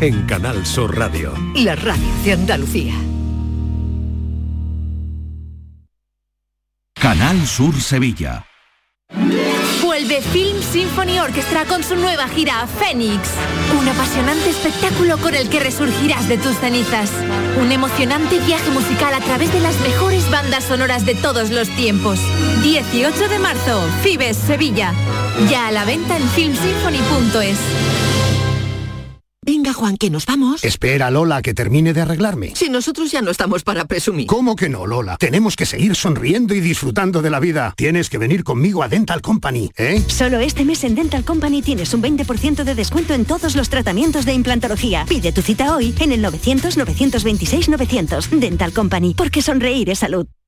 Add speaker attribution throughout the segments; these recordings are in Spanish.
Speaker 1: en Canal Sur Radio.
Speaker 2: La radio de Andalucía.
Speaker 3: Canal Sur Sevilla.
Speaker 4: Vuelve Film Symphony Orchestra con su nueva gira Fénix. Un apasionante espectáculo con el que resurgirás de tus cenizas. Un emocionante viaje musical a través de las mejores bandas sonoras de todos los tiempos. 18 de marzo, Fibes, Sevilla. Ya a la venta en filmsymphony.es.
Speaker 5: Venga, Juan, que nos vamos.
Speaker 6: Espera, Lola, que termine de arreglarme.
Speaker 5: Si nosotros ya no estamos para presumir.
Speaker 6: ¿Cómo que no, Lola? Tenemos que seguir sonriendo y disfrutando de la vida. Tienes que venir conmigo a Dental Company, ¿eh?
Speaker 7: Solo este mes en Dental Company tienes un 20% de descuento en todos los tratamientos de implantología. Pide tu cita hoy en el 900-926-900. Dental Company, porque sonreír es salud.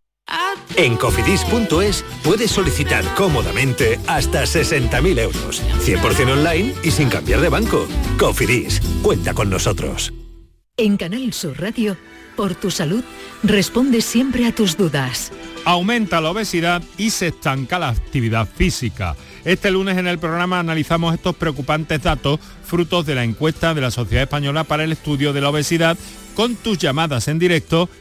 Speaker 8: En cofidis.es puedes solicitar cómodamente hasta 60.000 euros, 100% online y sin cambiar de banco. Cofidis, cuenta con nosotros.
Speaker 2: En Canal Sur Radio, por tu salud, responde siempre a tus dudas.
Speaker 9: Aumenta la obesidad y se estanca la actividad física. Este lunes en el programa analizamos estos preocupantes datos, frutos de la encuesta de la Sociedad Española para el Estudio de la Obesidad, con tus llamadas en directo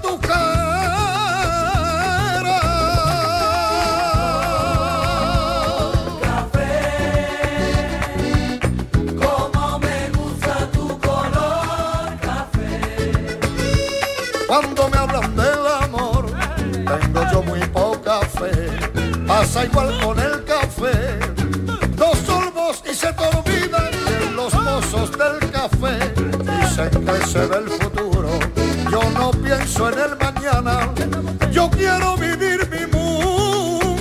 Speaker 10: tu cara.
Speaker 11: Como me gusta tu color café.
Speaker 10: Cuando me hablan del amor, tengo yo muy poca fe. Pasa igual con el café. Dos sorbos y se te olvida que en los pozos del café. Dicen que se ve el futuro. Yo no pienso en el mañana. Yo quiero vivir mi mundo.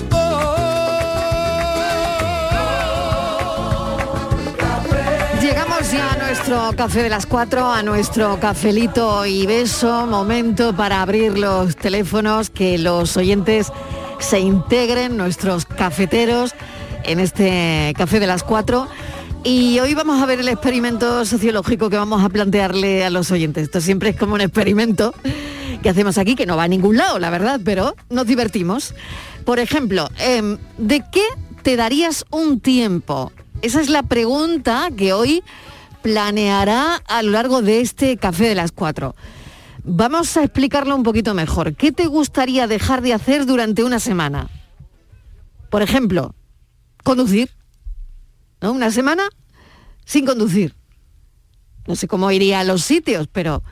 Speaker 2: Pues ya a nuestro café de las cuatro, a nuestro cafelito y beso, momento para abrir los teléfonos, que los oyentes se integren, nuestros cafeteros, en este café de las cuatro. Y hoy vamos a ver el experimento sociológico que vamos a plantearle a los oyentes. Esto siempre es como un experimento que hacemos aquí, que no va a ningún lado, la verdad, pero nos divertimos. Por ejemplo, em, ¿de qué te darías un tiempo? Esa es la pregunta que hoy planeará a lo largo de este café de las cuatro. Vamos a explicarlo un poquito mejor. ¿Qué te gustaría dejar de hacer durante una semana? Por ejemplo, conducir. ¿no? Una semana sin conducir. No sé cómo iría a los sitios, pero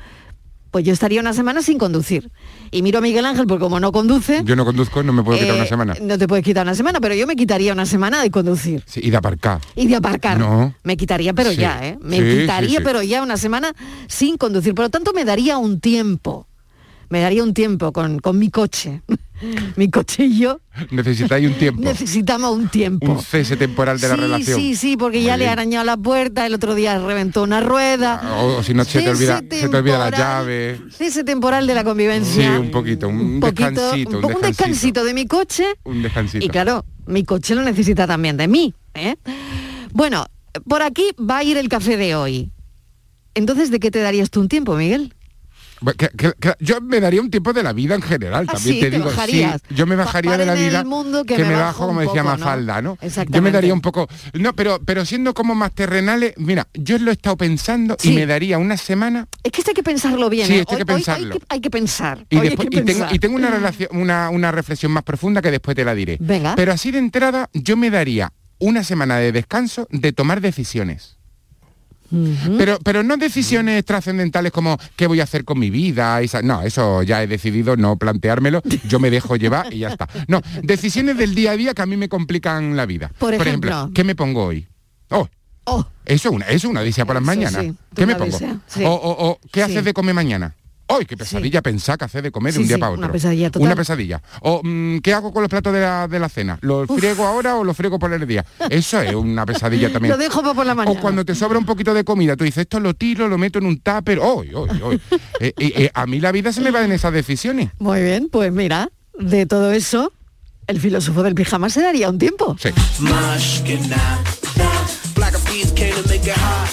Speaker 2: pues yo estaría una semana sin conducir. Y miro a Miguel Ángel porque como no conduce,
Speaker 12: Yo no conduzco, no me puedo quitar
Speaker 2: eh,
Speaker 12: una semana.
Speaker 2: no te puedes quitar una semana, pero yo me quitaría una semana de conducir
Speaker 12: Sí, y de aparcar.
Speaker 2: y de aparcar.
Speaker 12: No.
Speaker 2: Me quitaría, pero
Speaker 12: Sí.
Speaker 2: ya, ¿eh? Me
Speaker 12: Sí, sí,
Speaker 2: quitaría,
Speaker 12: sí.
Speaker 2: pero ya una semana sin conducir. Por lo tanto, me daría un tiempo. Me daría un tiempo con, con mi coche. mi coche y yo
Speaker 12: Necesitáis un tiempo.
Speaker 2: necesitamos un tiempo.
Speaker 12: un cese temporal de la
Speaker 2: sí,
Speaker 12: relación.
Speaker 2: Sí, sí, porque ya le ha arañado la puerta, el otro día reventó una rueda.
Speaker 12: O, o si no se te,
Speaker 2: Cese
Speaker 12: olvida, se te olvida la
Speaker 2: temporal-
Speaker 12: llave.
Speaker 2: Cese temporal de la
Speaker 12: Sí,
Speaker 2: convivencia.
Speaker 12: un poquito, un,
Speaker 2: poquito-
Speaker 12: descansito,
Speaker 2: un
Speaker 12: un
Speaker 2: poco- un
Speaker 12: descansito.
Speaker 2: descansito de mi coche.
Speaker 12: Un descansito.
Speaker 2: Y claro, mi coche lo necesita también de mí. ¿eh? Bueno, por aquí va a ir el café de hoy. Entonces, ¿de qué te darías tú un tiempo, Miguel?
Speaker 12: Bueno, que- que- que- yo me daría un tiempo de la vida en general,
Speaker 2: Ah,
Speaker 12: también
Speaker 2: sí,
Speaker 12: te,
Speaker 2: te
Speaker 12: digo. sí,
Speaker 2: bajarías.
Speaker 12: yo me
Speaker 2: Pa-
Speaker 12: bajaría de la
Speaker 2: paren el
Speaker 12: vida
Speaker 2: mundo que
Speaker 12: que
Speaker 2: me
Speaker 12: me
Speaker 2: bajo
Speaker 12: bajo,
Speaker 2: un
Speaker 12: como decía
Speaker 2: poco, ¿no?
Speaker 12: Mafalda, ¿no? Yo me
Speaker 2: Exactamente.
Speaker 12: daría un poco. No, pero, pero siendo como más terrenales, mira, yo lo he estado pensando y me daría una semana
Speaker 2: Es que esto hay que pensarlo bien.
Speaker 12: Sí,
Speaker 2: ¿eh?
Speaker 12: esto hay
Speaker 2: Hoy-
Speaker 12: que
Speaker 2: hoy
Speaker 12: pensarlo.
Speaker 2: hay, que, hay que pensar.
Speaker 12: Y,
Speaker 2: Hoy hay
Speaker 12: después-
Speaker 2: que
Speaker 12: y tengo,
Speaker 2: pensar. Mm.
Speaker 12: y tengo una, relación, una, una reflexión más profunda que después te la diré.
Speaker 2: Venga.
Speaker 12: Pero así de entrada, yo me daría una semana de descanso de tomar decisiones. Pero, pero no decisiones trascendentales como qué voy a hacer con mi vida, esa- no, eso ya he decidido no planteármelo, yo me dejo llevar y ya está. No, decisiones del día a día que a mí me complican la vida.
Speaker 2: Por ejemplo.
Speaker 12: ejemplo ¿qué me pongo hoy? Oh,
Speaker 2: Oh.
Speaker 12: eso es una, eso es una odisea por las
Speaker 2: Eso
Speaker 12: mañanas.
Speaker 2: sí,
Speaker 12: ¿Qué me
Speaker 2: una
Speaker 12: pongo?
Speaker 2: odisea, sí.
Speaker 12: O, o- o, ¿qué
Speaker 2: Sí.
Speaker 12: haces de comer mañana? ¡Ay, qué pesadilla pensar que hacer de comer de
Speaker 2: Sí,
Speaker 12: un día
Speaker 2: sí,
Speaker 12: para
Speaker 2: una
Speaker 12: otro!
Speaker 2: pesadilla total.
Speaker 12: Una pesadilla. O, mm, ¿qué hago con los platos de la, de la cena? ¿Los
Speaker 2: Uf.
Speaker 12: friego ahora o los friego por el día? Eso es una pesadilla también.
Speaker 2: Lo dejo para por la mañana.
Speaker 12: O cuando te sobra un poquito de comida, tú dices, esto lo tiro, lo meto en un tupper. ¡Ay, ay, ay! Eh, eh, eh, a mí la vida se me va en esas decisiones.
Speaker 2: Muy bien, pues mira, de todo eso, el filósofo del pijama se daría un tiempo.
Speaker 11: Mush que nada. Black of peas came to make it hot.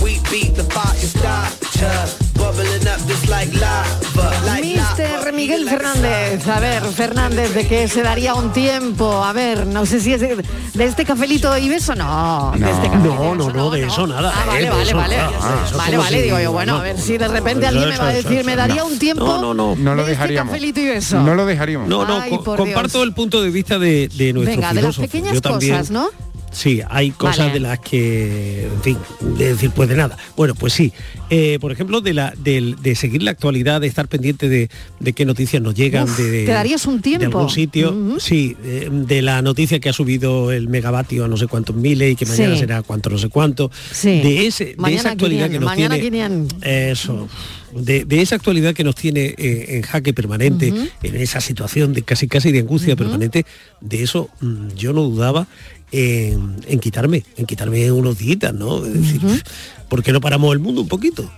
Speaker 11: We beat the fire starter. Bubbling up just like lava. Like
Speaker 2: Mister Miguel Fernández, a ver, Fernández, de que se daría un tiempo, a ver, no sé si es de, de este cafelito y beso, no, de este café.
Speaker 13: No, no, no, de eso nada.
Speaker 2: Ah, vale,
Speaker 13: eh, de
Speaker 2: vale,
Speaker 13: eso
Speaker 2: vale.
Speaker 13: nada. Eso
Speaker 2: Vale,
Speaker 13: como
Speaker 2: vale,
Speaker 13: si-
Speaker 2: digo yo, bueno, a ver si de repente alguien me va a decir, me daría un tiempo.
Speaker 13: No, no, no.
Speaker 12: No lo
Speaker 2: de este
Speaker 12: dejaríamos.
Speaker 2: cafelito y beso.
Speaker 12: No lo dejaríamos.
Speaker 13: No, no,
Speaker 2: Ay,
Speaker 13: co-
Speaker 2: por
Speaker 13: comparto
Speaker 2: Dios.
Speaker 13: el punto de vista de, de nuestro
Speaker 2: Venga, de las
Speaker 13: filósofo.
Speaker 2: pequeñas
Speaker 13: Yo también-
Speaker 2: cosas, ¿no?
Speaker 13: Sí, hay cosas
Speaker 2: Vale.
Speaker 13: de las que, en fin, de decir pues de nada. Bueno, pues sí. Eh, por ejemplo, de, la, del- de, seguir la actualidad, de estar pendiente de, de qué noticias nos llegan,
Speaker 2: Uf,
Speaker 13: de,
Speaker 2: te darías un tiempo.
Speaker 13: de algún sitio.
Speaker 2: Ujú.
Speaker 13: Sí, de, de la noticia que ha subido el megavatio a no sé cuántos miles y que mañana
Speaker 2: Sí.
Speaker 13: será cuánto no sé cuánto.
Speaker 2: Sí.
Speaker 13: De, ese, de
Speaker 2: Mañana
Speaker 13: esa actualidad
Speaker 2: 500,
Speaker 13: que nos
Speaker 2: mañana
Speaker 13: tiene.
Speaker 2: 500.
Speaker 13: Eso. De, de esa actualidad que nos tiene eh, en jaque permanente,
Speaker 2: Ujú.
Speaker 13: en esa situación de casi casi de angustia permanente, de eso mm, yo no dudaba en, en quitarme, en quitarme unos días, ¿no? Es decir, ¿por qué no paramos el mundo un poquito?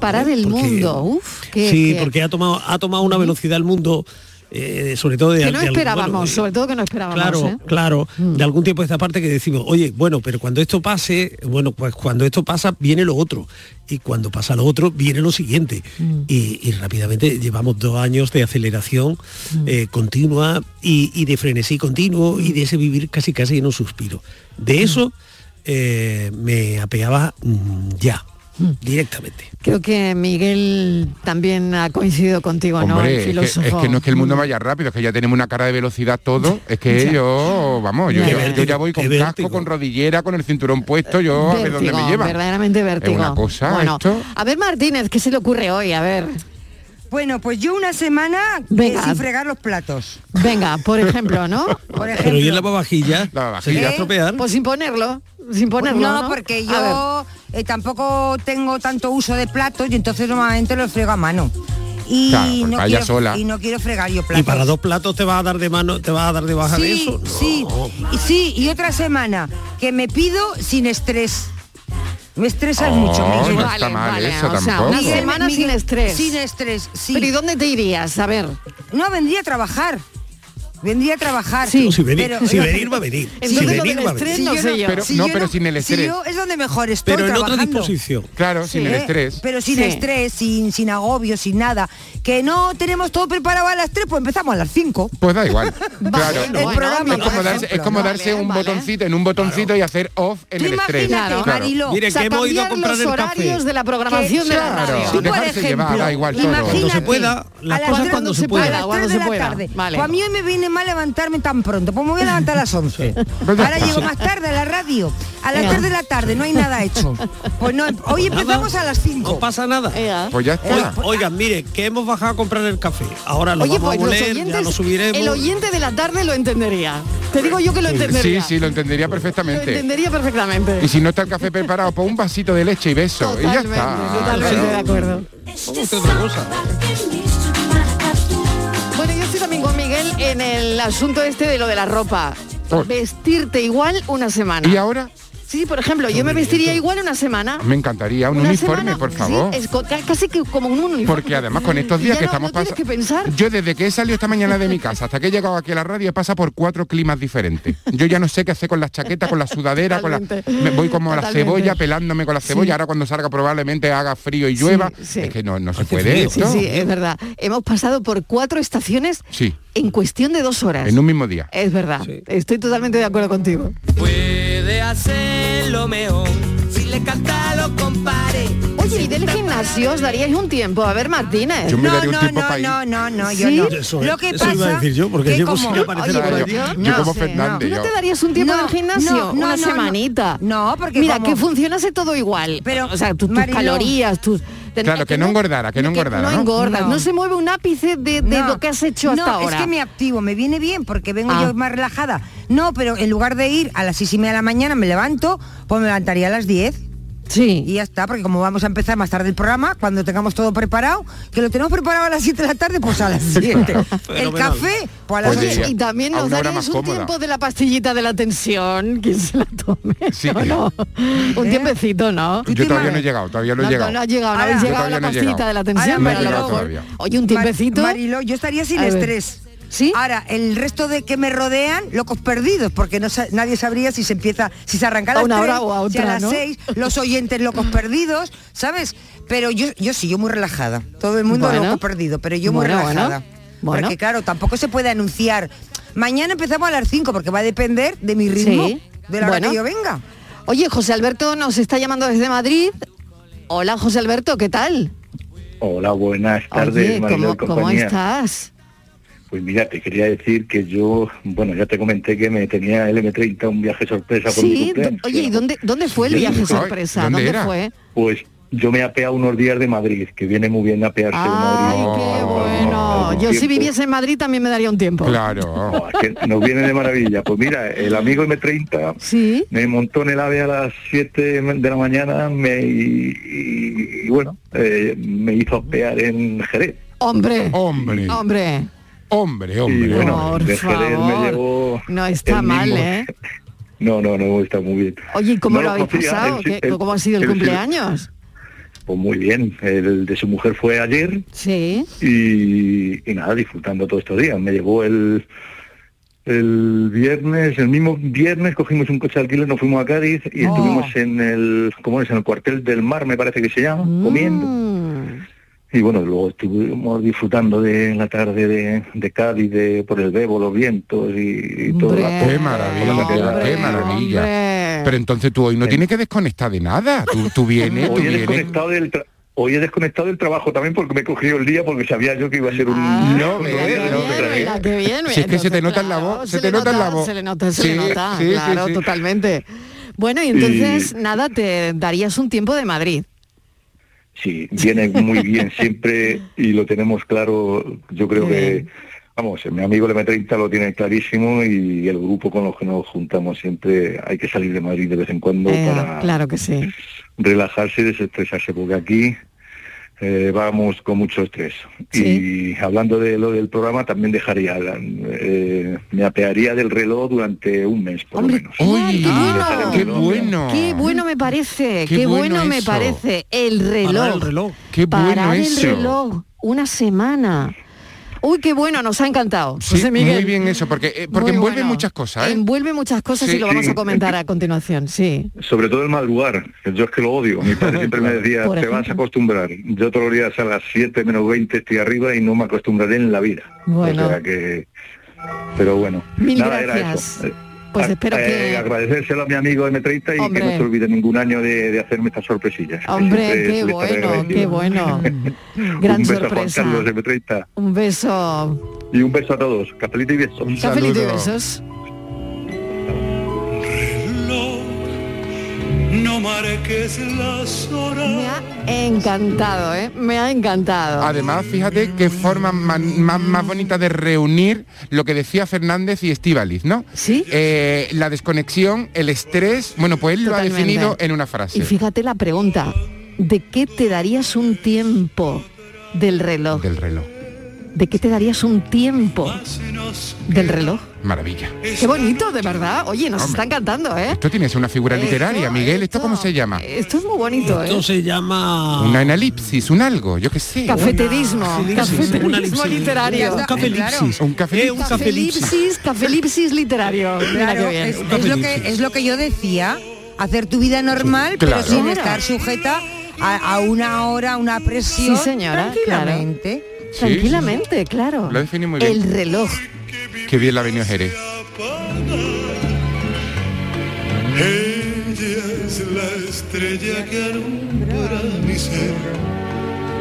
Speaker 2: Parar el mundo, uff, que,
Speaker 13: ¿Eh? sí,
Speaker 2: que-
Speaker 13: porque ha tomado, ha tomado una velocidad el mundo, eh, sobre todo de,
Speaker 2: que no
Speaker 13: de-
Speaker 2: esperábamos,
Speaker 13: bueno,
Speaker 2: sobre todo que no esperábamos.
Speaker 13: Claro,
Speaker 2: ¿eh?
Speaker 13: claro.
Speaker 14: Mm.
Speaker 13: De algún tiempo a esta parte que decimos, oye, bueno, pero cuando esto pase, bueno, pues cuando esto pasa, viene lo otro. Y cuando pasa lo otro, viene lo siguiente.
Speaker 14: Mm.
Speaker 13: Y, y rápidamente llevamos dos años de aceleración
Speaker 14: Mm.
Speaker 13: eh, continua y, y de frenesí continuo y de ese vivir casi casi en un suspiro.
Speaker 14: Mm.
Speaker 13: De eso eh, me apeaba mm, ya, directamente.
Speaker 2: Creo que Miguel también ha coincidido contigo, ¿no?
Speaker 12: Hombre,
Speaker 2: El
Speaker 12: es que- es,
Speaker 2: filósofo. Mm.
Speaker 12: que, no es que el mundo vaya rápido, es que ya tenemos una cara de velocidad todo. Es que
Speaker 2: Ya.
Speaker 12: yo, vamos, yo,
Speaker 2: Qué
Speaker 12: yo- yo
Speaker 2: vértigo,
Speaker 12: ya voy con
Speaker 2: qué
Speaker 12: casco,
Speaker 2: vértigo.
Speaker 12: con rodillera, con el cinturón puesto, yo a ver dónde me
Speaker 2: Vértigo,
Speaker 12: lleva.
Speaker 2: Verdaderamente vértigo.
Speaker 12: una cosa,
Speaker 2: bueno,
Speaker 12: esto.
Speaker 2: a ver Martínez, ¿qué se le ocurre hoy? A ver.
Speaker 14: Bueno, pues yo una semana
Speaker 2: Venga.
Speaker 14: eh, sin fregar los platos.
Speaker 2: Venga, por ejemplo, ¿no?
Speaker 14: Por ejemplo.
Speaker 13: Pero y en la vajilla, se
Speaker 14: ¿Eh?
Speaker 13: llega a estropear.
Speaker 2: Pues sin ponerlo, sin ponerlo.
Speaker 14: Pues no,
Speaker 2: No,
Speaker 14: porque
Speaker 2: A ver.
Speaker 14: yo eh, tampoco tengo tanto uso de platos y entonces normalmente los frego a mano. Y,
Speaker 13: Claro, pues
Speaker 14: no
Speaker 13: vaya
Speaker 14: quiero,
Speaker 13: sola.
Speaker 14: y no quiero fregar yo platos.
Speaker 13: Y para dos platos te vas a dar de mano, te vas a dar de baja de
Speaker 14: sí,
Speaker 13: eso.
Speaker 14: sí, y sí, y otra semana que me pido sin estrés. No estresas
Speaker 12: Oh,
Speaker 14: mucho, Miguel.
Speaker 12: no está Vale, mal vale, eso o sea, tampoco.
Speaker 2: una semana sin estrés.
Speaker 14: Sin estrés, sí.
Speaker 2: Pero ¿y dónde te irías? A ver.
Speaker 14: No, vendría a trabajar. Vendría a trabajar.
Speaker 2: Sí.
Speaker 13: Si venir, si venir, va a venir.
Speaker 14: Entonces
Speaker 13: si
Speaker 14: lo
Speaker 13: venir,
Speaker 14: del
Speaker 13: va a venir.
Speaker 14: estrés no sé yo.
Speaker 12: Pero-
Speaker 14: Si
Speaker 12: no,
Speaker 14: yo
Speaker 12: pero sin el
Speaker 14: si
Speaker 12: estrés.
Speaker 14: yo es donde mejor estoy
Speaker 13: Pero en otra
Speaker 14: trabajando.
Speaker 13: disposición.
Speaker 12: Claro, sin el
Speaker 14: ¿eh?
Speaker 12: estrés.
Speaker 14: Pero sin
Speaker 12: Sí.
Speaker 14: estrés, sin, sin agobio, sin nada. Que no tenemos todo preparado a las 3, pues empezamos a las 5.
Speaker 12: Pues da igual. claro.
Speaker 14: el programa,
Speaker 12: es como
Speaker 14: por
Speaker 12: darse, es
Speaker 14: ejemplo.
Speaker 12: como darse un botoncito en un botoncito y hacer off en
Speaker 14: Tú
Speaker 12: el estrés.
Speaker 14: imagínate, Mariló. Mire,
Speaker 2: O sea,
Speaker 14: que hemos ido a
Speaker 2: cambiar
Speaker 14: comprar
Speaker 2: los
Speaker 14: el café.
Speaker 2: horarios de la programación
Speaker 14: Que-
Speaker 2: de la
Speaker 12: Claro,
Speaker 2: radio.
Speaker 12: Tú, por dejarse llevar, ejemplo, da igual todo.
Speaker 14: imagínate
Speaker 12: Cuando se pueda, las
Speaker 14: a
Speaker 12: cosas
Speaker 14: tres-
Speaker 12: cuando se
Speaker 14: a las
Speaker 12: pueda.
Speaker 14: tres
Speaker 12: Cuando
Speaker 14: de
Speaker 12: se
Speaker 14: la
Speaker 12: pueda.
Speaker 14: tarde.
Speaker 12: Vale.
Speaker 14: Pues a mí hoy me viene mal levantarme tan pronto, pues me voy a levantar a las 11. Ahora llego más tarde a la radio. A las
Speaker 13: Venga.
Speaker 14: 3 de la tarde no hay nada hecho. Pues no, hoy
Speaker 13: Nada.
Speaker 14: empezamos a las 5.
Speaker 13: No pasa nada.
Speaker 12: Pues ya está.
Speaker 13: Oigan, mire, que hemos bajado a comprar el café. Ahora lo
Speaker 2: Oye,
Speaker 13: vamos
Speaker 2: pues
Speaker 13: a
Speaker 2: los
Speaker 13: volver, ya
Speaker 2: oyentes,
Speaker 13: lo subiremos.
Speaker 2: el oyente ¿eh? de la tarde lo entendería. Te digo yo que lo
Speaker 12: Sí,
Speaker 2: entendería.
Speaker 12: sí, lo entendería
Speaker 2: Lo
Speaker 12: perfectamente.
Speaker 2: entendería perfectamente.
Speaker 12: Y si no está el café preparado, pues un vasito de leche y beso. y ya está.
Speaker 2: totalmente de acuerdo. Bueno, yo estoy también con Miguel en el asunto este de lo de la ropa.
Speaker 12: Por-
Speaker 2: Vestirte igual una semana.
Speaker 12: ¿Y ahora?
Speaker 2: Sí, por ejemplo, yo me vestiría igual una semana.
Speaker 12: Me encantaría un
Speaker 2: Una
Speaker 12: uniforme,
Speaker 2: semana,
Speaker 12: por
Speaker 2: sí,
Speaker 12: favor.
Speaker 2: es co- ca- casi que como un uniforme.
Speaker 12: Porque además con estos días
Speaker 2: Ya
Speaker 12: que
Speaker 2: no-
Speaker 12: estamos
Speaker 2: no tienes
Speaker 12: pas-
Speaker 2: que pensar.
Speaker 12: Yo desde que he salido esta mañana de mi casa hasta que he llegado aquí a la radio he pasado por cuatro climas diferentes. Yo ya no sé qué hacer con la chaqueta, con la sudadera, con la...
Speaker 15: Totalmente.
Speaker 12: me voy como a la
Speaker 15: Totalmente.
Speaker 12: cebolla pelándome con la cebolla. Ahora cuando salga probablemente haga frío y llueva.
Speaker 2: sí.
Speaker 12: Es que no, no se puede
Speaker 2: Sí,
Speaker 12: esto.
Speaker 2: sí, eh. es verdad. Hemos pasado por cuatro estaciones
Speaker 12: Sí,
Speaker 2: en cuestión de dos horas.
Speaker 12: en un mismo día.
Speaker 2: Es verdad. Estoy totalmente de acuerdo contigo.
Speaker 11: Puede hacerlo mejor si le canta a los compares.
Speaker 2: Oye, ¿y del gimnasio os daríais un tiempo? A ver, Martínez.
Speaker 12: Yo me daría un
Speaker 14: no,
Speaker 12: tiempo
Speaker 14: no,
Speaker 12: para ir.
Speaker 14: no, no, no, yo no.
Speaker 12: Eso-
Speaker 14: Lo que
Speaker 12: eso
Speaker 14: pasa
Speaker 12: iba a decir yo, porque
Speaker 14: que
Speaker 12: llevo
Speaker 14: como-
Speaker 12: sin aparecer Oye, a la pero radio. yo- yo como
Speaker 14: sé,
Speaker 12: Fernández,
Speaker 2: ¿Tú pues, no
Speaker 12: yo-
Speaker 2: te darías un tiempo
Speaker 14: No,
Speaker 2: en el gimnasio?
Speaker 14: no, no,
Speaker 2: Una
Speaker 14: no,
Speaker 2: semanita.
Speaker 14: No, porque
Speaker 2: Mira,
Speaker 14: como-
Speaker 2: que funciona todo igual. Pero, o sea, tu- tus
Speaker 14: Mariló-
Speaker 2: calorías, tus... ten-
Speaker 12: Claro, que no engordara, que no engordara,
Speaker 2: no
Speaker 12: ¿no?
Speaker 2: engordas, no. se mueve un ápice de, de
Speaker 14: No,
Speaker 2: lo que has hecho hasta
Speaker 14: no,
Speaker 2: ahora.
Speaker 14: Es que me activo, me viene bien porque vengo
Speaker 2: Ah.
Speaker 14: yo más relajada. No, pero en lugar de ir a las seis y media de la mañana me levanto, pues me levantaría a las 10.
Speaker 2: Sí.
Speaker 14: Y ya está, porque como vamos a empezar más tarde el programa, cuando tengamos todo preparado, que lo tenemos preparado a las 7 de la tarde, pues a las 7. el
Speaker 12: Fenomenal.
Speaker 14: café, pues a las
Speaker 12: Oye,
Speaker 14: 8.
Speaker 12: y también a nos una hora darías más un cómoda. tiempo
Speaker 2: de la pastillita de la tensión, quien se la tome.
Speaker 12: Sí.
Speaker 2: ¿o no? Un tiempecito, ¿no?
Speaker 12: Yo todavía no he llegado, todavía no he llegado.
Speaker 2: No has llegado, no habéis
Speaker 12: Yo
Speaker 2: llegado a
Speaker 12: todavía
Speaker 2: la
Speaker 12: no he
Speaker 2: pastillita
Speaker 12: llegado.
Speaker 2: de la tensión.
Speaker 12: No he
Speaker 2: pero a lo
Speaker 12: llegado
Speaker 2: mejor-
Speaker 12: todavía.
Speaker 2: Oye, un tiempecito.
Speaker 14: Mar- Mariló, yo estaría sin
Speaker 2: A ver.
Speaker 14: estrés. Ahora, el resto de que me rodean, locos perdidos, porque no sa- nadie sabría si se empieza, si se arranca a
Speaker 2: A
Speaker 14: las
Speaker 2: una
Speaker 14: tres,
Speaker 2: hora o a
Speaker 14: si a
Speaker 2: otra,
Speaker 14: las
Speaker 2: ¿no?
Speaker 14: seis, los oyentes locos perdidos, ¿sabes? Pero yo, yo sí, yo muy relajada. Todo el mundo
Speaker 2: Bueno.
Speaker 14: loco perdido, pero yo muy
Speaker 2: Bueno, bueno.
Speaker 14: relajada.
Speaker 2: Bueno.
Speaker 14: Porque claro, tampoco se puede anunciar. Mañana empezamos a las 5 porque va a depender de mi ritmo,
Speaker 2: Sí.
Speaker 14: de la hora
Speaker 2: Bueno.
Speaker 14: que yo venga.
Speaker 2: Oye, José Alberto nos está llamando desde Madrid. Hola, José Alberto, ¿qué tal?
Speaker 16: Hola, buenas tardes,
Speaker 2: Oye,
Speaker 16: Mariló
Speaker 2: ¿cómo,
Speaker 16: y
Speaker 2: cómo
Speaker 16: compañía.
Speaker 2: estás?
Speaker 16: Pues mira, te quería decir que yo, bueno, ya te comenté que me tenía LM30 un viaje sorpresa por mi
Speaker 2: Sí, do-
Speaker 16: cumpleaños.
Speaker 2: oye, ¿y dónde, dónde fue el
Speaker 16: Sí,
Speaker 2: viaje
Speaker 16: ay,
Speaker 2: sorpresa?
Speaker 16: ¿dónde
Speaker 2: ¿Dónde,
Speaker 16: era?
Speaker 2: fue?
Speaker 16: Pues yo me he apeado unos días de Madrid, que viene muy bien apearse de Madrid.
Speaker 2: Oh. Bueno, yo si
Speaker 16: tiempo.
Speaker 2: viviese en Madrid también me daría un tiempo.
Speaker 12: Claro.
Speaker 16: que nos viene de maravilla. Pues mira, el amigo M30
Speaker 2: Sí.
Speaker 16: me montó en el AVE a las 7 de la mañana me, y, y- y bueno, eh, me hizo apear en Jerez.
Speaker 2: Hombre.
Speaker 12: Hombre.
Speaker 2: Hombre.
Speaker 12: Hombre, hombre.
Speaker 16: Y bueno,
Speaker 2: Por
Speaker 16: de Jerez me
Speaker 2: favor.
Speaker 16: llevó...
Speaker 2: No está
Speaker 16: el
Speaker 2: mal,
Speaker 16: mismo-
Speaker 2: ¿eh?
Speaker 16: No, no, no, está muy bien.
Speaker 2: Oye, ¿y cómo
Speaker 16: No
Speaker 2: lo habéis
Speaker 16: conocía,
Speaker 2: pasado?
Speaker 16: él sí-
Speaker 2: ¿Qué-
Speaker 16: él-
Speaker 2: ¿Cómo ha sido el
Speaker 16: él sí-
Speaker 2: cumpleaños?
Speaker 16: Pues muy bien, el de su mujer fue ayer
Speaker 2: Sí.
Speaker 16: y, y nada, disfrutando todos estos días. Me llevó el, el viernes, el mismo viernes cogimos un coche de alquiler, nos fuimos a Cádiz y
Speaker 2: Oh.
Speaker 16: estuvimos en el, ¿cómo es? En el cuartel del mar, me parece que se llama,
Speaker 2: Mm.
Speaker 16: comiendo. Y bueno, luego estuvimos disfrutando de la tarde de, de Cádiz, de, por el Bebo, los vientos y, y todo.
Speaker 12: Qué maravilla, qué maravilla. Pero entonces tú hoy no tienes que desconectar de nada. Tú, tú vienes, tú
Speaker 16: Hoy he,
Speaker 12: vienes.
Speaker 16: desconectado del tra- hoy he desconectado del trabajo también porque me he cogido el día porque sabía yo que iba a ser un...
Speaker 12: Ah, No, ve, no, ve.
Speaker 2: Mira, qué bien, mira,
Speaker 12: Si es que se
Speaker 2: entonces,
Speaker 12: te nota en la
Speaker 2: claro,
Speaker 12: voz,
Speaker 2: se
Speaker 12: se te
Speaker 2: le
Speaker 12: nota en la voz.
Speaker 2: Se le nota, se
Speaker 12: Sí,
Speaker 2: le nota,
Speaker 12: sí, sí,
Speaker 2: claro,
Speaker 12: sí.
Speaker 2: totalmente. Bueno, y entonces, nada, te darías un tiempo de Madrid.
Speaker 16: Sí, viene muy bien siempre y lo tenemos claro. Yo creo que, vamos, mi amigo el M30 lo tiene clarísimo y el grupo con los que nos juntamos siempre hay que salir de Madrid de vez en cuando
Speaker 2: Eh,
Speaker 16: para
Speaker 2: claro que sí.
Speaker 16: relajarse y desestresarse, porque aquí eh, vamos con mucho estrés. Y hablando de lo del programa, también dejaría, la- eh, me apearía del reloj durante un mes, por lo menos.
Speaker 2: ¡Uy!
Speaker 16: Dejar el
Speaker 2: ¡Qué
Speaker 16: reloj,
Speaker 12: bueno!
Speaker 2: Qué bueno me parece,
Speaker 16: Qué
Speaker 2: qué,
Speaker 16: bueno
Speaker 2: bueno, me
Speaker 16: eso.
Speaker 2: parece. El reloj.
Speaker 16: Parar el reloj.
Speaker 12: Qué bueno
Speaker 2: Parar
Speaker 12: eso.
Speaker 2: el reloj. Una semana. Uy, qué bueno, nos ha encantado.
Speaker 12: Sí,
Speaker 2: José Miguel.
Speaker 12: muy bien eso, porque, eh, porque
Speaker 2: Muy
Speaker 12: envuelve
Speaker 2: bueno.
Speaker 12: muchas cosas. ¿eh?
Speaker 2: Envuelve muchas cosas
Speaker 12: Sí,
Speaker 2: y lo vamos
Speaker 12: sí.
Speaker 2: a comentar a continuación, sí.
Speaker 16: Sobre todo el madrugar, que yo es que lo odio. Mi padre siempre me decía,
Speaker 2: Por
Speaker 16: te
Speaker 2: ejemplo.
Speaker 16: vas a acostumbrar. Yo todos los días a las 7 menos 20 estoy arriba y no me acostumbraré en la vida.
Speaker 2: Bueno.
Speaker 16: O sea que... Pero bueno,
Speaker 2: Mil
Speaker 16: nada
Speaker 2: gracias.
Speaker 16: era eso.
Speaker 2: Pues espero
Speaker 16: Eh,
Speaker 2: que...
Speaker 16: Agradecérselo a mi amigo M30 y
Speaker 2: Hombre.
Speaker 16: que no se olvide ningún año de, de hacerme estas sorpresillas. que
Speaker 2: Hombre,
Speaker 16: siempre le
Speaker 2: qué
Speaker 16: estaré
Speaker 2: bueno,
Speaker 16: agradecido.
Speaker 2: qué bueno.
Speaker 16: un
Speaker 2: Gran
Speaker 16: beso a
Speaker 2: sorpresa.
Speaker 16: Juan Carlos M30
Speaker 2: Un beso.
Speaker 16: y un beso a todos. Cafelito y besos.
Speaker 2: Cafelito y besos.
Speaker 17: No marques las
Speaker 2: Me ha encantado, ¿eh? Me ha encantado.
Speaker 12: Además, fíjate qué forma man- más, más bonita de reunir lo que decía Fernández y Estíbaliz, ¿no? Eh,
Speaker 2: Sí.
Speaker 12: la desconexión, el estrés, bueno, pues él lo ha
Speaker 2: Totalmente.
Speaker 12: definido en una
Speaker 2: Y
Speaker 12: frase.
Speaker 2: fíjate la pregunta, ¿de qué te darías un tiempo del reloj?
Speaker 12: Del reloj.
Speaker 2: ¿De qué te darías un tiempo del reloj?
Speaker 12: Maravilla.
Speaker 2: Qué bonito, de verdad. Oye, nos
Speaker 12: Hombre.
Speaker 2: están cantando, ¿eh?
Speaker 12: Esto tienes una figura
Speaker 2: Esto,
Speaker 12: literaria, Miguel. ¿Esto cómo se llama?
Speaker 2: Esto es muy bonito, ¿eh?
Speaker 13: Esto se llama...
Speaker 12: Una analipsis, un algo, yo qué sé.
Speaker 2: Cafeterismo,
Speaker 13: una
Speaker 2: cafeterismo
Speaker 13: elipsis.
Speaker 2: literario.
Speaker 12: Un cafelipsis. Un
Speaker 13: Eh, un cafelipsis.
Speaker 2: Cafelipsis, cafelipsis literario. Mira
Speaker 14: Claro,
Speaker 2: qué bien.
Speaker 14: es, es lo que, es lo que yo decía, hacer tu vida normal,
Speaker 2: Claro.
Speaker 14: pero sin
Speaker 2: Claro.
Speaker 14: estar sujeta a, a una hora, a una presión.
Speaker 2: Sí, señora,
Speaker 14: tranquilamente.
Speaker 12: Sí,
Speaker 2: Tranquilamente, claro.
Speaker 12: Lo define muy bien.
Speaker 2: El reloj.
Speaker 12: Qué bien la ha venido Jerez.
Speaker 17: Ella es la estrella que alumbra mi ser.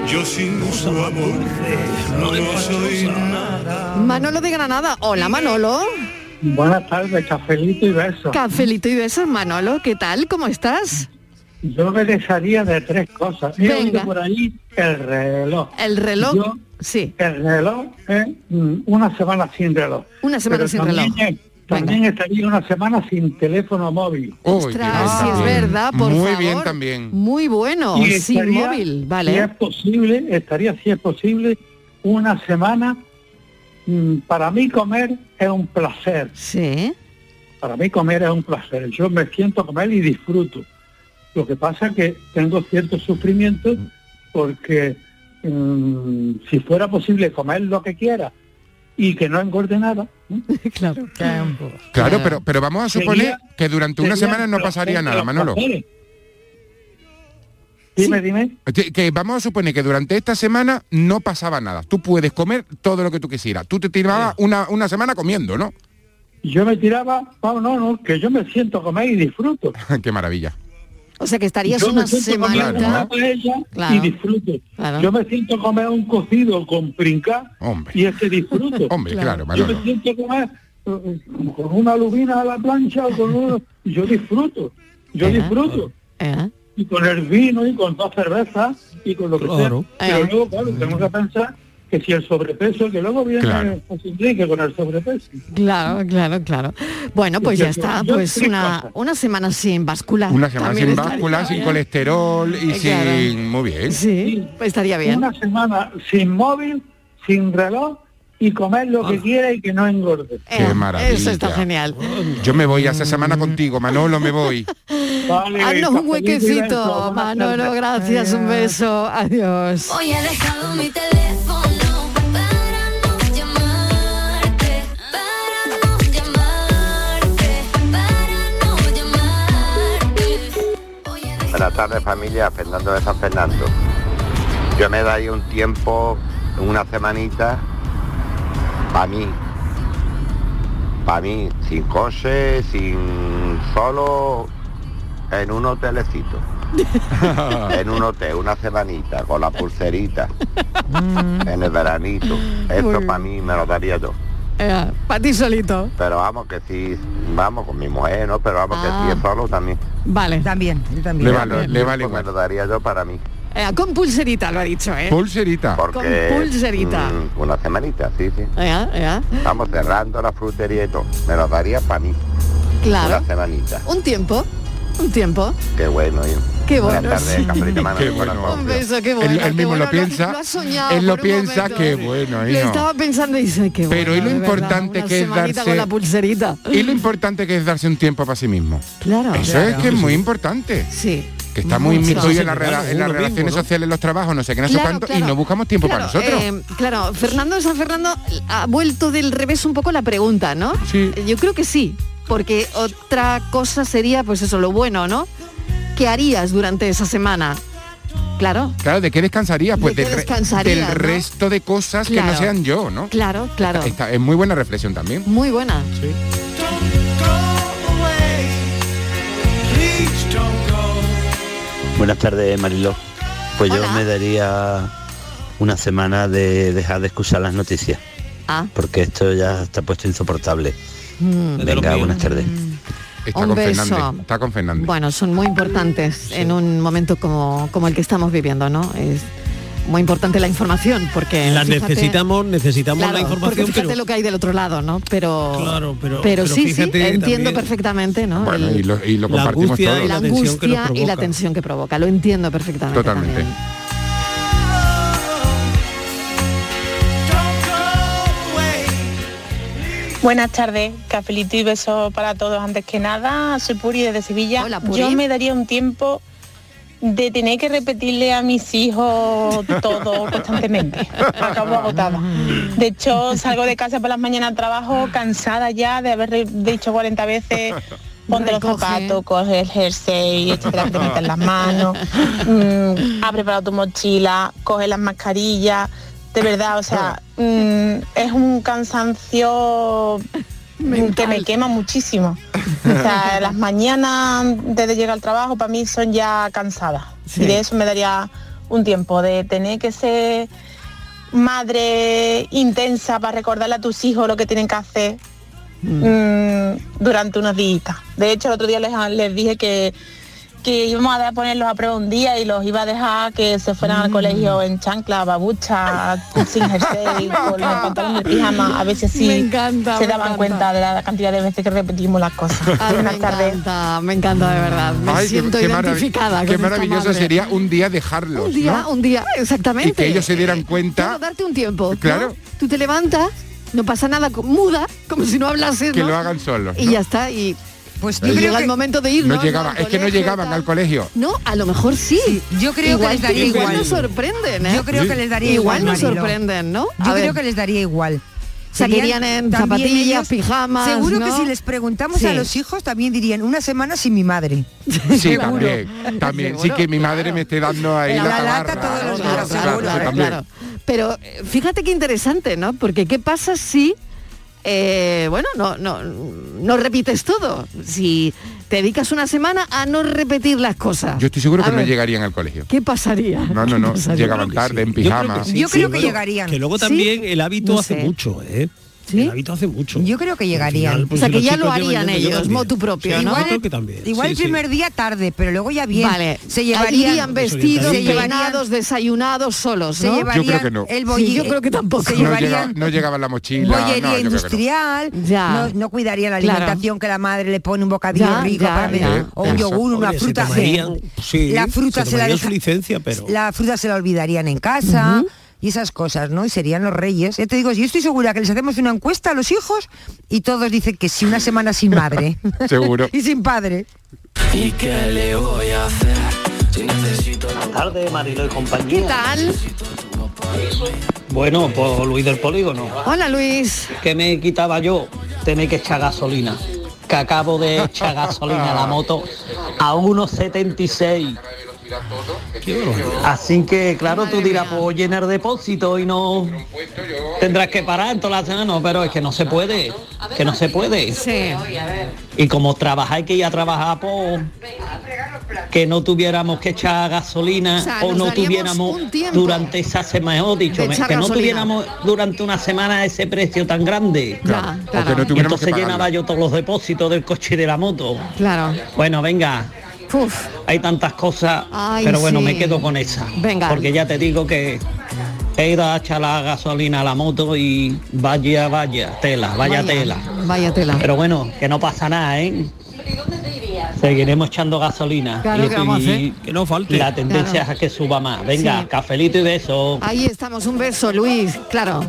Speaker 17: Yo sin su amor no, soy nada.
Speaker 2: Manolo de Granada. Hola, Manolo.
Speaker 18: Buenas tardes, cafelito y besos.
Speaker 2: Cafelito y besos, Manolo. ¿Qué tal? ¿Cómo estás?
Speaker 18: Yo me dejaría de tres cosas. He
Speaker 2: Venga.
Speaker 18: oído por ahí el reloj.
Speaker 2: El reloj,
Speaker 18: sí. El reloj es mm, una semana sin reloj.
Speaker 2: Una semana
Speaker 18: Pero
Speaker 2: sin
Speaker 18: también
Speaker 2: reloj.
Speaker 18: es- también estaría una semana sin teléfono móvil.
Speaker 2: Ostras, si es verdad, por favor. Muy bueno,
Speaker 18: Y
Speaker 2: sin
Speaker 18: estaría,
Speaker 2: móvil,
Speaker 18: Si es
Speaker 2: ¿vale?
Speaker 18: posible, estaría, si es posible, una semana. mm, Para mí comer es un placer.
Speaker 2: Sí.
Speaker 18: Para mí comer es un placer. Yo me siento a comer y disfruto. Lo que pasa es que tengo cierto sufrimiento porque mm, si fuera posible comer lo que quiera y que no engorde nada.
Speaker 2: claro.
Speaker 12: Claro, pero, pero vamos a suponer que durante una
Speaker 18: sería
Speaker 12: semana no
Speaker 18: lo-
Speaker 12: pasaría
Speaker 18: entre
Speaker 12: nada,
Speaker 18: los
Speaker 12: Manolo.
Speaker 18: placeres. Dime, dime.
Speaker 12: Que, que vamos a suponer que durante esta semana no pasaba nada. Tú puedes comer todo lo que tú quisieras. Tú te tirabas una, una semana comiendo, ¿no?
Speaker 18: Yo me tiraba, vamos, no, no, que yo me siento a comer y disfruto.
Speaker 12: Qué maravilla.
Speaker 2: O sea que estarías
Speaker 18: Yo me
Speaker 2: una
Speaker 18: siento a comer
Speaker 2: semanita.
Speaker 18: una paella
Speaker 2: Claro.
Speaker 18: y disfruto.
Speaker 2: Claro.
Speaker 18: Yo me siento a comer un cocido con princa y es que disfruto.
Speaker 12: Hombre, claro,
Speaker 18: yo
Speaker 12: Manolo.
Speaker 18: me siento a comer eh, con una lubina a la plancha o con uno, yo disfruto,
Speaker 2: Eh,
Speaker 18: yo disfruto. Y con el vino y con dos cervezas y con lo que
Speaker 13: Claro.
Speaker 18: sea.
Speaker 2: Eh.
Speaker 18: Pero luego, claro, tenemos que pensar que si el sobrepeso, que luego viene
Speaker 2: Claro.
Speaker 18: José Enrique con el sobrepeso.
Speaker 2: Claro, claro, claro. Bueno, pues ya
Speaker 18: Yo-
Speaker 2: está.
Speaker 18: yo
Speaker 2: Pues
Speaker 18: tres
Speaker 2: una,
Speaker 18: cosas.
Speaker 2: una semana sin báscula.
Speaker 12: Una semana
Speaker 2: también
Speaker 12: sin
Speaker 2: estaría
Speaker 12: báscula, sin
Speaker 2: bien.
Speaker 12: colesterol y
Speaker 2: Eh, claro.
Speaker 12: sin... Muy bien.
Speaker 2: Sí, pues estaría bien.
Speaker 18: Una semana sin móvil, sin reloj y comer lo que quiera y que no engorde.
Speaker 12: Qué maravilla.
Speaker 2: Ah. Eh, Eso está genial.
Speaker 12: Yo me voy a esa semana contigo, Manolo, me voy.
Speaker 2: Haznos un huequecito, Manolo, gracias, un beso, adiós.
Speaker 1: Hoy he dejado mi teléfono para no llamarte, para no llamarte, para no llamarte.
Speaker 19: Buenas tardes familia, Fernando de San Fernando. Yo me daría un tiempo, una semanita, para mí. Para mí, sin coche, sin solo, en un hotelecito. en un hotel, una semanita, con la pulserita, en el veranito. Eso para mí me lo daría yo.
Speaker 2: para Eh, ti solito.
Speaker 19: Pero vamos que sí, vamos con mi mujer, ¿no? Pero vamos
Speaker 2: Ah.
Speaker 19: que sí, es solo también.
Speaker 2: Vale.
Speaker 14: También, yo también.
Speaker 19: Le vale, le vale. Me lo daría yo para mí.
Speaker 2: Eh, con pulserita lo ha dicho, ¿eh?
Speaker 12: Pulserita.
Speaker 19: Porque,
Speaker 2: Con pulserita.
Speaker 19: mm, una semanita, sí, sí.
Speaker 2: Eh, eh,
Speaker 19: Estamos cerrando la frutería y todo. Me lo daría para mí.
Speaker 2: Claro.
Speaker 19: Una semanita.
Speaker 2: Un tiempo, un tiempo.
Speaker 19: Qué bueno. yo.
Speaker 2: Qué
Speaker 19: Buenas
Speaker 2: bueno,
Speaker 19: tardes,
Speaker 2: sí.
Speaker 19: Cafelito, mano,
Speaker 12: Qué
Speaker 19: de corazón.
Speaker 12: bueno.
Speaker 2: Un beso, qué
Speaker 12: Él-
Speaker 2: bueno.
Speaker 12: él,
Speaker 2: qué
Speaker 12: mismo
Speaker 2: bueno.
Speaker 12: lo piensa.
Speaker 2: ha soñado
Speaker 12: él lo
Speaker 2: por un
Speaker 12: piensa,
Speaker 2: momento.
Speaker 12: qué bueno,
Speaker 2: Le
Speaker 12: hijo.
Speaker 2: estaba pensando y dice que
Speaker 12: Pero y lo importante que es darse
Speaker 2: con la pulserita.
Speaker 12: Y lo importante que es darse un tiempo para sí mismo.
Speaker 2: Claro.
Speaker 12: Eso es que es muy importante.
Speaker 2: Sí.
Speaker 12: Que está muy
Speaker 2: Mucho.
Speaker 12: metido en, la
Speaker 2: Claro,
Speaker 12: rela- en las
Speaker 2: uno
Speaker 12: relaciones
Speaker 2: mismo, ¿no?
Speaker 12: sociales, los trabajos, no sé qué, no sé
Speaker 2: Claro,
Speaker 12: cuánto, y
Speaker 2: claro.
Speaker 12: no buscamos tiempo para
Speaker 2: Claro,
Speaker 12: nosotros.
Speaker 2: eh, claro, Fernando San Fernando ha vuelto del revés un poco la pregunta, ¿no?
Speaker 12: Sí.
Speaker 2: Yo creo que sí, porque otra cosa sería, pues eso, lo bueno, ¿no? ¿Qué harías durante esa semana? Claro,
Speaker 12: Claro, ¿de qué descansarías? Pues
Speaker 2: ¿De qué
Speaker 12: del, re-
Speaker 2: descansarías,
Speaker 12: del
Speaker 2: no?
Speaker 12: resto de cosas que no
Speaker 2: Claro.
Speaker 12: sean yo, ¿no?
Speaker 2: claro, claro.
Speaker 12: Esta es muy buena reflexión también.
Speaker 2: Muy buena.
Speaker 20: Buenas tardes, Mariló. Pues yo me daría una semana de dejar de escuchar las noticias,
Speaker 2: Ah.
Speaker 20: porque esto ya está puesto insoportable.
Speaker 2: mm.
Speaker 20: Venga, buenas tardes.
Speaker 2: Está Un con beso. Fernández,
Speaker 12: Está con Fernández.
Speaker 2: Bueno, son muy importantes en un momento como, como el que estamos viviendo, ¿no? Es muy importante la información porque
Speaker 13: La
Speaker 2: Eh, fíjate-
Speaker 13: necesitamos, necesitamos
Speaker 2: Claro,
Speaker 13: la
Speaker 2: porque
Speaker 13: información,
Speaker 2: fíjate
Speaker 13: pero
Speaker 2: lo que hay del otro lado, ¿no? Pero,
Speaker 13: Claro, pero- pero
Speaker 2: sí, sí,
Speaker 13: fíjate
Speaker 2: entiendo
Speaker 13: también-
Speaker 2: perfectamente, ¿no?
Speaker 12: Bueno,
Speaker 2: El-
Speaker 12: Ah, y lo, y lo
Speaker 13: La
Speaker 12: compartimos
Speaker 13: angustia
Speaker 12: todos.
Speaker 13: y
Speaker 2: la angustia y la tensión que provoca, lo entiendo perfectamente.
Speaker 12: Totalmente.
Speaker 2: también.
Speaker 21: Buenas tardes, cafelito y besos para todos. Antes que nada, soy Puri desde Sevilla.
Speaker 2: Puri.
Speaker 21: Yo me daría un tiempo de tener que repetirle a mis hijos todo pues, constantemente. Acabo agotada. De hecho, salgo de casa por las mañanas al trabajo cansada ya de haber re- dicho 40 veces ponte los zapatos, coge el jersey, échate la cremita en las manos, mm, ha preparado tu mochila, coge las mascarillas. De verdad, o sea, mm, es un cansancio mm, que me quema muchísimo. O sea, las mañanas desde llegar al trabajo para mí son ya cansadas.
Speaker 2: Sí.
Speaker 21: Y de eso me daría un tiempo, de tener que ser madre intensa para recordarle a tus hijos lo que tienen que hacer mm, durante unos días. De hecho, el otro día les, les dije que, que íbamos a dar- ponerlos a prueba un día y los iba a dejar que se fueran
Speaker 12: Mm.
Speaker 21: al colegio en chancla, babucha, sin jersey, con los pantalones de pijama, a ver si así
Speaker 2: Me encanta,
Speaker 21: se
Speaker 2: me
Speaker 21: daban
Speaker 2: encanta.
Speaker 21: cuenta de la cantidad de veces que repetimos las cosas.
Speaker 2: Ay, me encanta, me encanta de verdad. Me
Speaker 12: Ay, qué-
Speaker 2: siento
Speaker 12: qué marav-
Speaker 2: identificada. con
Speaker 12: Qué
Speaker 2: esta
Speaker 12: maravilloso
Speaker 2: madre.
Speaker 12: sería un día dejarlos,
Speaker 2: Un día,
Speaker 12: ¿no?
Speaker 2: un día, exactamente.
Speaker 12: Y que ellos se dieran
Speaker 2: Claro,
Speaker 12: cuenta
Speaker 2: darte un tiempo. ¿no?
Speaker 12: Claro.
Speaker 2: Tú te levantas, no pasa nada, co- muda, como si no hablases.
Speaker 12: que
Speaker 2: ¿no?
Speaker 12: lo hagan solos.
Speaker 2: Y
Speaker 12: ¿no?
Speaker 2: ya está. Y pues
Speaker 12: yo creo
Speaker 2: llega
Speaker 12: que
Speaker 2: el momento de ir.
Speaker 12: No llegaban, es que no llegaban al colegio.
Speaker 2: No, a lo mejor sí.
Speaker 14: Yo creo
Speaker 2: Igual-
Speaker 14: que les daría
Speaker 2: igual
Speaker 14: igual.
Speaker 2: nos sorprenden, ¿eh?
Speaker 14: Yo creo
Speaker 2: Sí.
Speaker 14: que les daría
Speaker 2: Igual
Speaker 14: igual.
Speaker 2: nos
Speaker 14: Mariló.
Speaker 2: sorprenden, ¿no? A
Speaker 14: Yo
Speaker 2: ver.
Speaker 14: creo que les daría igual.
Speaker 2: Se irían en zapatillas, pijamas,
Speaker 14: Seguro que
Speaker 2: ¿no?
Speaker 14: si les preguntamos a
Speaker 2: Sí.
Speaker 14: los hijos también dirían una semana sin mi madre.
Speaker 12: Sí, también. También, sí que mi madre me esté dando ahí
Speaker 14: La
Speaker 12: la,
Speaker 14: lata
Speaker 12: tabarra.
Speaker 14: todos los
Speaker 12: Claro, claro,
Speaker 14: días, seguro.
Speaker 12: eso
Speaker 14: Claro,
Speaker 12: también.
Speaker 2: eh, claro. Pero eh, fíjate qué interesante, ¿no? Porque qué pasa si, eh, bueno, no, no, no repites todo. Si te dedicas una semana a no repetir las cosas.
Speaker 12: Yo estoy seguro
Speaker 2: Ah. A
Speaker 12: que no
Speaker 2: ver,
Speaker 12: llegarían al colegio.
Speaker 2: ¿Qué pasaría?
Speaker 12: No, no, no.
Speaker 2: pasaría?
Speaker 12: Llegaban tarde, en pijama.
Speaker 14: Yo creo que llegarían.
Speaker 13: que luego
Speaker 14: Sí,
Speaker 13: también el hábito
Speaker 14: no
Speaker 13: hace
Speaker 14: sé.
Speaker 13: mucho, ¿eh? El hábito hace mucho.
Speaker 14: Yo creo que llegarían.
Speaker 13: final, pues,
Speaker 2: o sea,
Speaker 13: si
Speaker 2: que
Speaker 13: los
Speaker 2: ya lo
Speaker 13: chicos
Speaker 2: harían
Speaker 13: llevan- yo
Speaker 2: ellos,
Speaker 13: también.
Speaker 2: motu propio,
Speaker 13: Sí,
Speaker 2: ¿no?
Speaker 13: yo creo que también.
Speaker 14: Igual
Speaker 13: Sí,
Speaker 14: el
Speaker 13: sí.
Speaker 14: primer día tarde, pero luego ya bien.
Speaker 2: Vale.
Speaker 14: Se llevarían
Speaker 2: Irían vestidos,
Speaker 14: se llevarían,
Speaker 2: peinados, desayunados, solos,
Speaker 14: se
Speaker 2: ¿no?
Speaker 14: llevarían
Speaker 12: creo que no.
Speaker 14: el
Speaker 2: Sí,
Speaker 14: bolli-
Speaker 2: yo creo que tampoco.
Speaker 14: Se
Speaker 12: No, llegaba,
Speaker 14: llevarían
Speaker 12: no llegaba la mochila. no, yo
Speaker 14: bollería
Speaker 12: creo que no.
Speaker 14: industrial,
Speaker 2: Ya.
Speaker 14: no, no cuidaría la
Speaker 2: Claro.
Speaker 14: alimentación que la madre le pone un bocadillo
Speaker 2: Ya,
Speaker 14: rico
Speaker 2: ya,
Speaker 14: para
Speaker 12: Eh,
Speaker 2: ya.
Speaker 14: mí, o un
Speaker 2: Ya.
Speaker 14: yogur, una
Speaker 13: Oye, se
Speaker 14: fruta.
Speaker 13: tomarían- sí,
Speaker 14: la fruta
Speaker 13: se
Speaker 14: se, la
Speaker 13: tomarían su
Speaker 14: deja-
Speaker 13: licencia, pero-
Speaker 14: la fruta se la olvidarían en casa. Y esas cosas, ¿no? Y serían los reyes. Ya te digo, yo estoy segura que les hacemos una encuesta a los hijos y todos dicen que sí, una semana sin madre.
Speaker 12: Seguro.
Speaker 14: y sin padre.
Speaker 11: ¿Y qué le voy a hacer si necesito...
Speaker 20: Tarde, Mariló y
Speaker 2: ¿Qué
Speaker 20: compañía.
Speaker 2: tal?
Speaker 20: Bueno, pues Luis del Polígono.
Speaker 2: Hola Luis.
Speaker 20: ¿Qué me quitaba yo? Tener que echar gasolina. Que acabo de echar gasolina a la moto a 1,76. Así que, claro, tú dirás, pues oye, en el depósito y no tendrás que parar toda la semana. No, pero es que no se puede, que no se puede. Y como trabajáis que ir a trabajar, pues que no tuviéramos que echar
Speaker 2: O
Speaker 20: gasolina o,
Speaker 2: sea, nos
Speaker 20: no
Speaker 2: daríamos
Speaker 20: tuviéramos
Speaker 2: un tiempo
Speaker 20: durante esa semana, mejor dicho,
Speaker 2: de
Speaker 20: me- que
Speaker 2: echar
Speaker 20: no
Speaker 2: gasolina.
Speaker 20: tuviéramos durante una semana ese precio tan grande.
Speaker 2: Claro, Ya, claro. o que no
Speaker 20: Y
Speaker 2: tuviéramos
Speaker 20: entonces
Speaker 2: que pagarlo.
Speaker 20: llenaba yo todos los depósitos del coche y de la moto.
Speaker 2: Claro.
Speaker 20: Bueno, venga. Hay tantas cosas,
Speaker 2: Ay,
Speaker 20: pero bueno,
Speaker 2: sí.
Speaker 20: me quedo con esa.
Speaker 2: Venga.
Speaker 20: Porque ya te digo que he ido a echar la gasolina a la moto y vaya, vaya, tela, vaya. tela.
Speaker 2: Vaya tela.
Speaker 20: Pero bueno, que no pasa nada, ¿eh? Seguiremos echando gasolina.
Speaker 2: Claro
Speaker 20: y,
Speaker 2: que vamos a hacer.
Speaker 20: y que no falte. La tendencia
Speaker 2: Claro.
Speaker 20: es a que suba más. Venga,
Speaker 2: Sí.
Speaker 20: cafelito y beso.
Speaker 2: Ahí estamos, un beso, Luis, claro.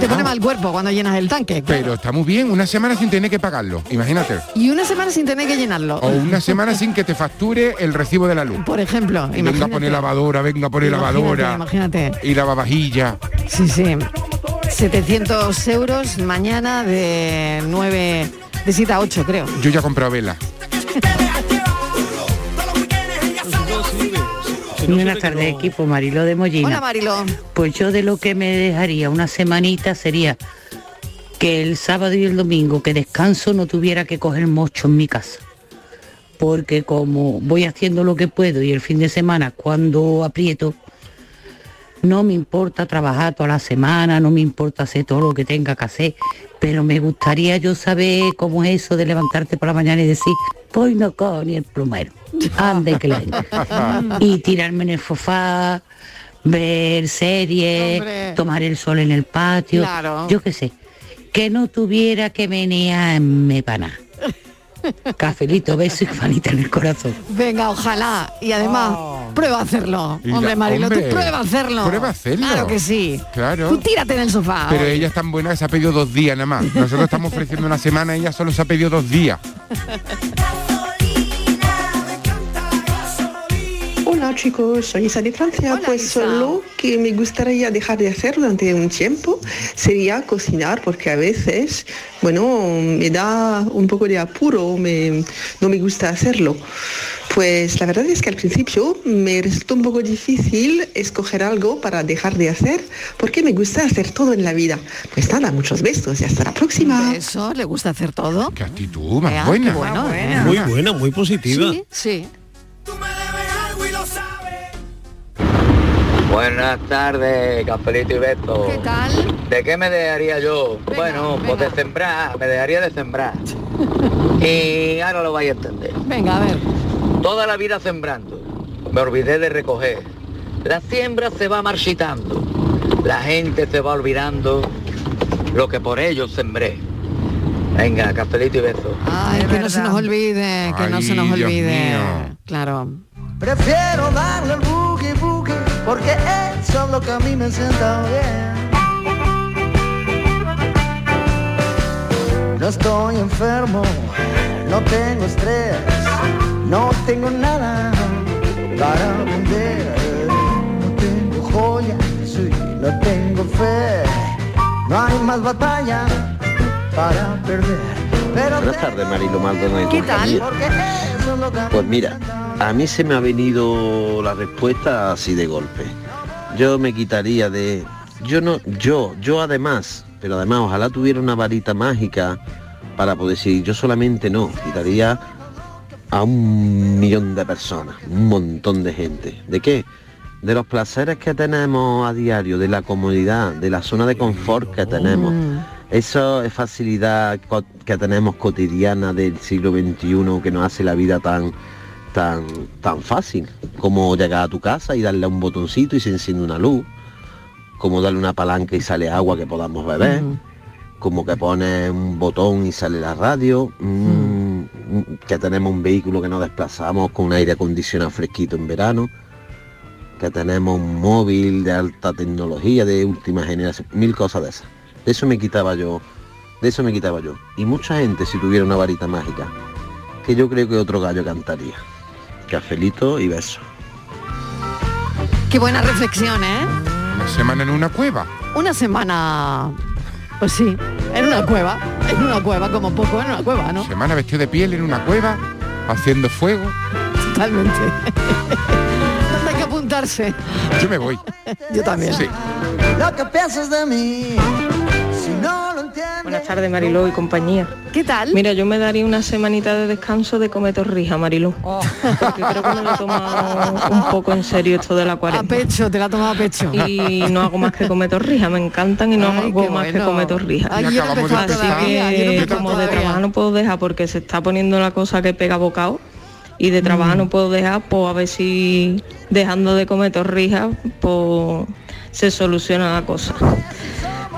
Speaker 2: Te pone mal cuerpo cuando llenas el tanque.
Speaker 12: Pero está muy bien, una semana sin tener que pagarlo, imagínate.
Speaker 2: Y una semana sin tener que llenarlo.
Speaker 12: O una semana sin que te facture el recibo de la luz.
Speaker 2: Por ejemplo,
Speaker 12: Y venga a poner lavadora, venga a poner
Speaker 2: Imagínate,
Speaker 12: lavadora.
Speaker 2: imagínate.
Speaker 12: Y lavavajilla.
Speaker 2: Sí, sí. 700 euros mañana de 9, de 7 a 8, creo.
Speaker 12: Yo ya he comprado vela.
Speaker 22: Buenas tardes, equipo Marilo de Mollina.
Speaker 2: Hola, Marilo.
Speaker 22: Pues yo de lo que me dejaría una semanita sería que el sábado y el domingo que descanso no tuviera que coger mocho en mi casa. Porque como voy haciendo lo que puedo y el fin de semana cuando aprieto, no me importa trabajar toda la semana, no me importa hacer todo lo que tenga que hacer, pero me gustaría yo saber cómo es eso de levantarte por la mañana y decir, hoy no cojo ni el plumero, ande que la Y tirarme en el sofá, ver series,
Speaker 2: Hombre.
Speaker 22: tomar el sol en el patio,
Speaker 2: Claro.
Speaker 22: yo qué sé, que no tuviera que menearme para nada. Cafelito, beso y manita en el corazón.
Speaker 2: Venga, ojalá. Y además,
Speaker 12: Ah.
Speaker 2: prueba a hacerlo.
Speaker 22: Y la-
Speaker 2: hombre, Marilo,
Speaker 22: hombre,
Speaker 2: tú prueba a hacerlo.
Speaker 12: prueba a hacerlo.
Speaker 2: Claro que sí.
Speaker 12: Claro.
Speaker 2: Tú tírate en el sofá.
Speaker 12: Pero ella es tan buena que se ha pedido dos días nada más. Nosotros estamos ofreciendo una semana, ella solo se ha pedido dos días.
Speaker 23: Hola chicos, soy Isa de Francia. pues lo que me gustaría dejar de hacer durante un tiempo sería cocinar, porque a veces, bueno, me da un poco de apuro, me- no me gusta hacerlo. Pues la verdad es que al principio me resultó un poco difícil escoger algo para dejar de hacer, porque me gusta hacer todo en la vida. Pues nada, muchos besos y hasta la próxima.
Speaker 2: Eso, le gusta hacer todo.
Speaker 12: Qué actitud
Speaker 2: más
Speaker 23: buena.
Speaker 2: Bueno, eh.
Speaker 13: Muy buena, muy positiva.
Speaker 2: Sí, sí.
Speaker 24: Buenas tardes, Capelito y Beto. ¿Qué
Speaker 2: tal?
Speaker 24: ¿De qué me dejaría yo? bueno, pues de sembrar, me dejaría de sembrar. y ahora lo vais a entender.
Speaker 2: Venga, a ver.
Speaker 24: Toda la vida sembrando, me olvidé de recoger. La siembra se va marchitando, la gente se va olvidando lo que por ellos sembré. Venga, Capelito y Beto.
Speaker 2: Ay, que no se nos olvide, que no se nos
Speaker 24: Ay, Dios
Speaker 2: olvide.
Speaker 24: mío.
Speaker 2: Claro.
Speaker 11: Prefiero darle el boogie boogie porque eso es lo que a mí me sienta bien. No estoy enfermo, no tengo estrés, no tengo nada para vender. No tengo joyas, sí, no tengo fe, no hay más batalla para perder. Pero
Speaker 25: Buenas tardes, Marilo Maldonado. y compañía.
Speaker 11: Porque eso es lo que a mí
Speaker 25: Pues mira, a mí se me ha venido la respuesta así de golpe. Yo me quitaría de... Yo no, yo, yo además, pero además ojalá tuviera una varita mágica para poder decir, yo solamente no, quitaría a un millón de personas, un montón de gente. ¿De qué? De los placeres que tenemos a diario, de la comodidad, de la zona de confort que tenemos.
Speaker 11: Mm.
Speaker 25: Eso es facilidad co- que tenemos cotidiana del siglo XXI que nos hace la vida tan, tan, tan fácil, como llegar a tu casa y darle a un botoncito y se enciende una luz, como darle una palanca y sale agua que podamos beber, como que pones un botón y sale la radio, mm, que tenemos un vehículo que nos desplazamos con un aire acondicionado fresquito en verano, que tenemos un móvil de alta tecnología, de última generación, mil cosas de esas. De eso me quitaba yo, de eso me quitaba yo. Y mucha gente si tuviera una varita mágica, que yo creo que otro gallo cantaría. Cafelito y beso.
Speaker 2: Qué buena reflexión, ¿eh?
Speaker 12: Una semana en una cueva.
Speaker 2: Una semana, pues sí, en una cueva, en una cueva, como poco, en una cueva, ¿no?
Speaker 12: Semana vestido de piel en una cueva, haciendo fuego.
Speaker 2: Totalmente. Hay que apuntarse.
Speaker 12: Yo me voy.
Speaker 2: Yo también.
Speaker 12: Sí.
Speaker 11: Lo que piensas de mí, si no lo entiendes.
Speaker 26: Buenas tardes, Mariló y compañía.
Speaker 2: ¿Qué tal?
Speaker 26: Mira, yo me daría una semanita de descanso de comer torrija, Mariló.
Speaker 2: Oh.
Speaker 26: Porque creo que me lo he tomado un poco en serio esto de la
Speaker 2: A
Speaker 26: cuarentena.
Speaker 2: pecho, te la toma a pecho.
Speaker 26: Y no hago más que comer torrijas, me encantan y no
Speaker 2: Ay,
Speaker 26: hago
Speaker 2: qué
Speaker 26: más que
Speaker 2: bueno.
Speaker 26: comer torrijas.
Speaker 2: Ay, yo no he Acabamos de
Speaker 26: Así
Speaker 2: empezado todavía, yo no he
Speaker 26: que
Speaker 2: empezado
Speaker 26: como de
Speaker 2: todavía.
Speaker 26: trabajar no puedo dejar porque se está poniendo la cosa que pega bocado y de trabajar
Speaker 2: Mm.
Speaker 26: no puedo dejar, pues a ver si dejando de comer torrijas, pues se soluciona la cosa.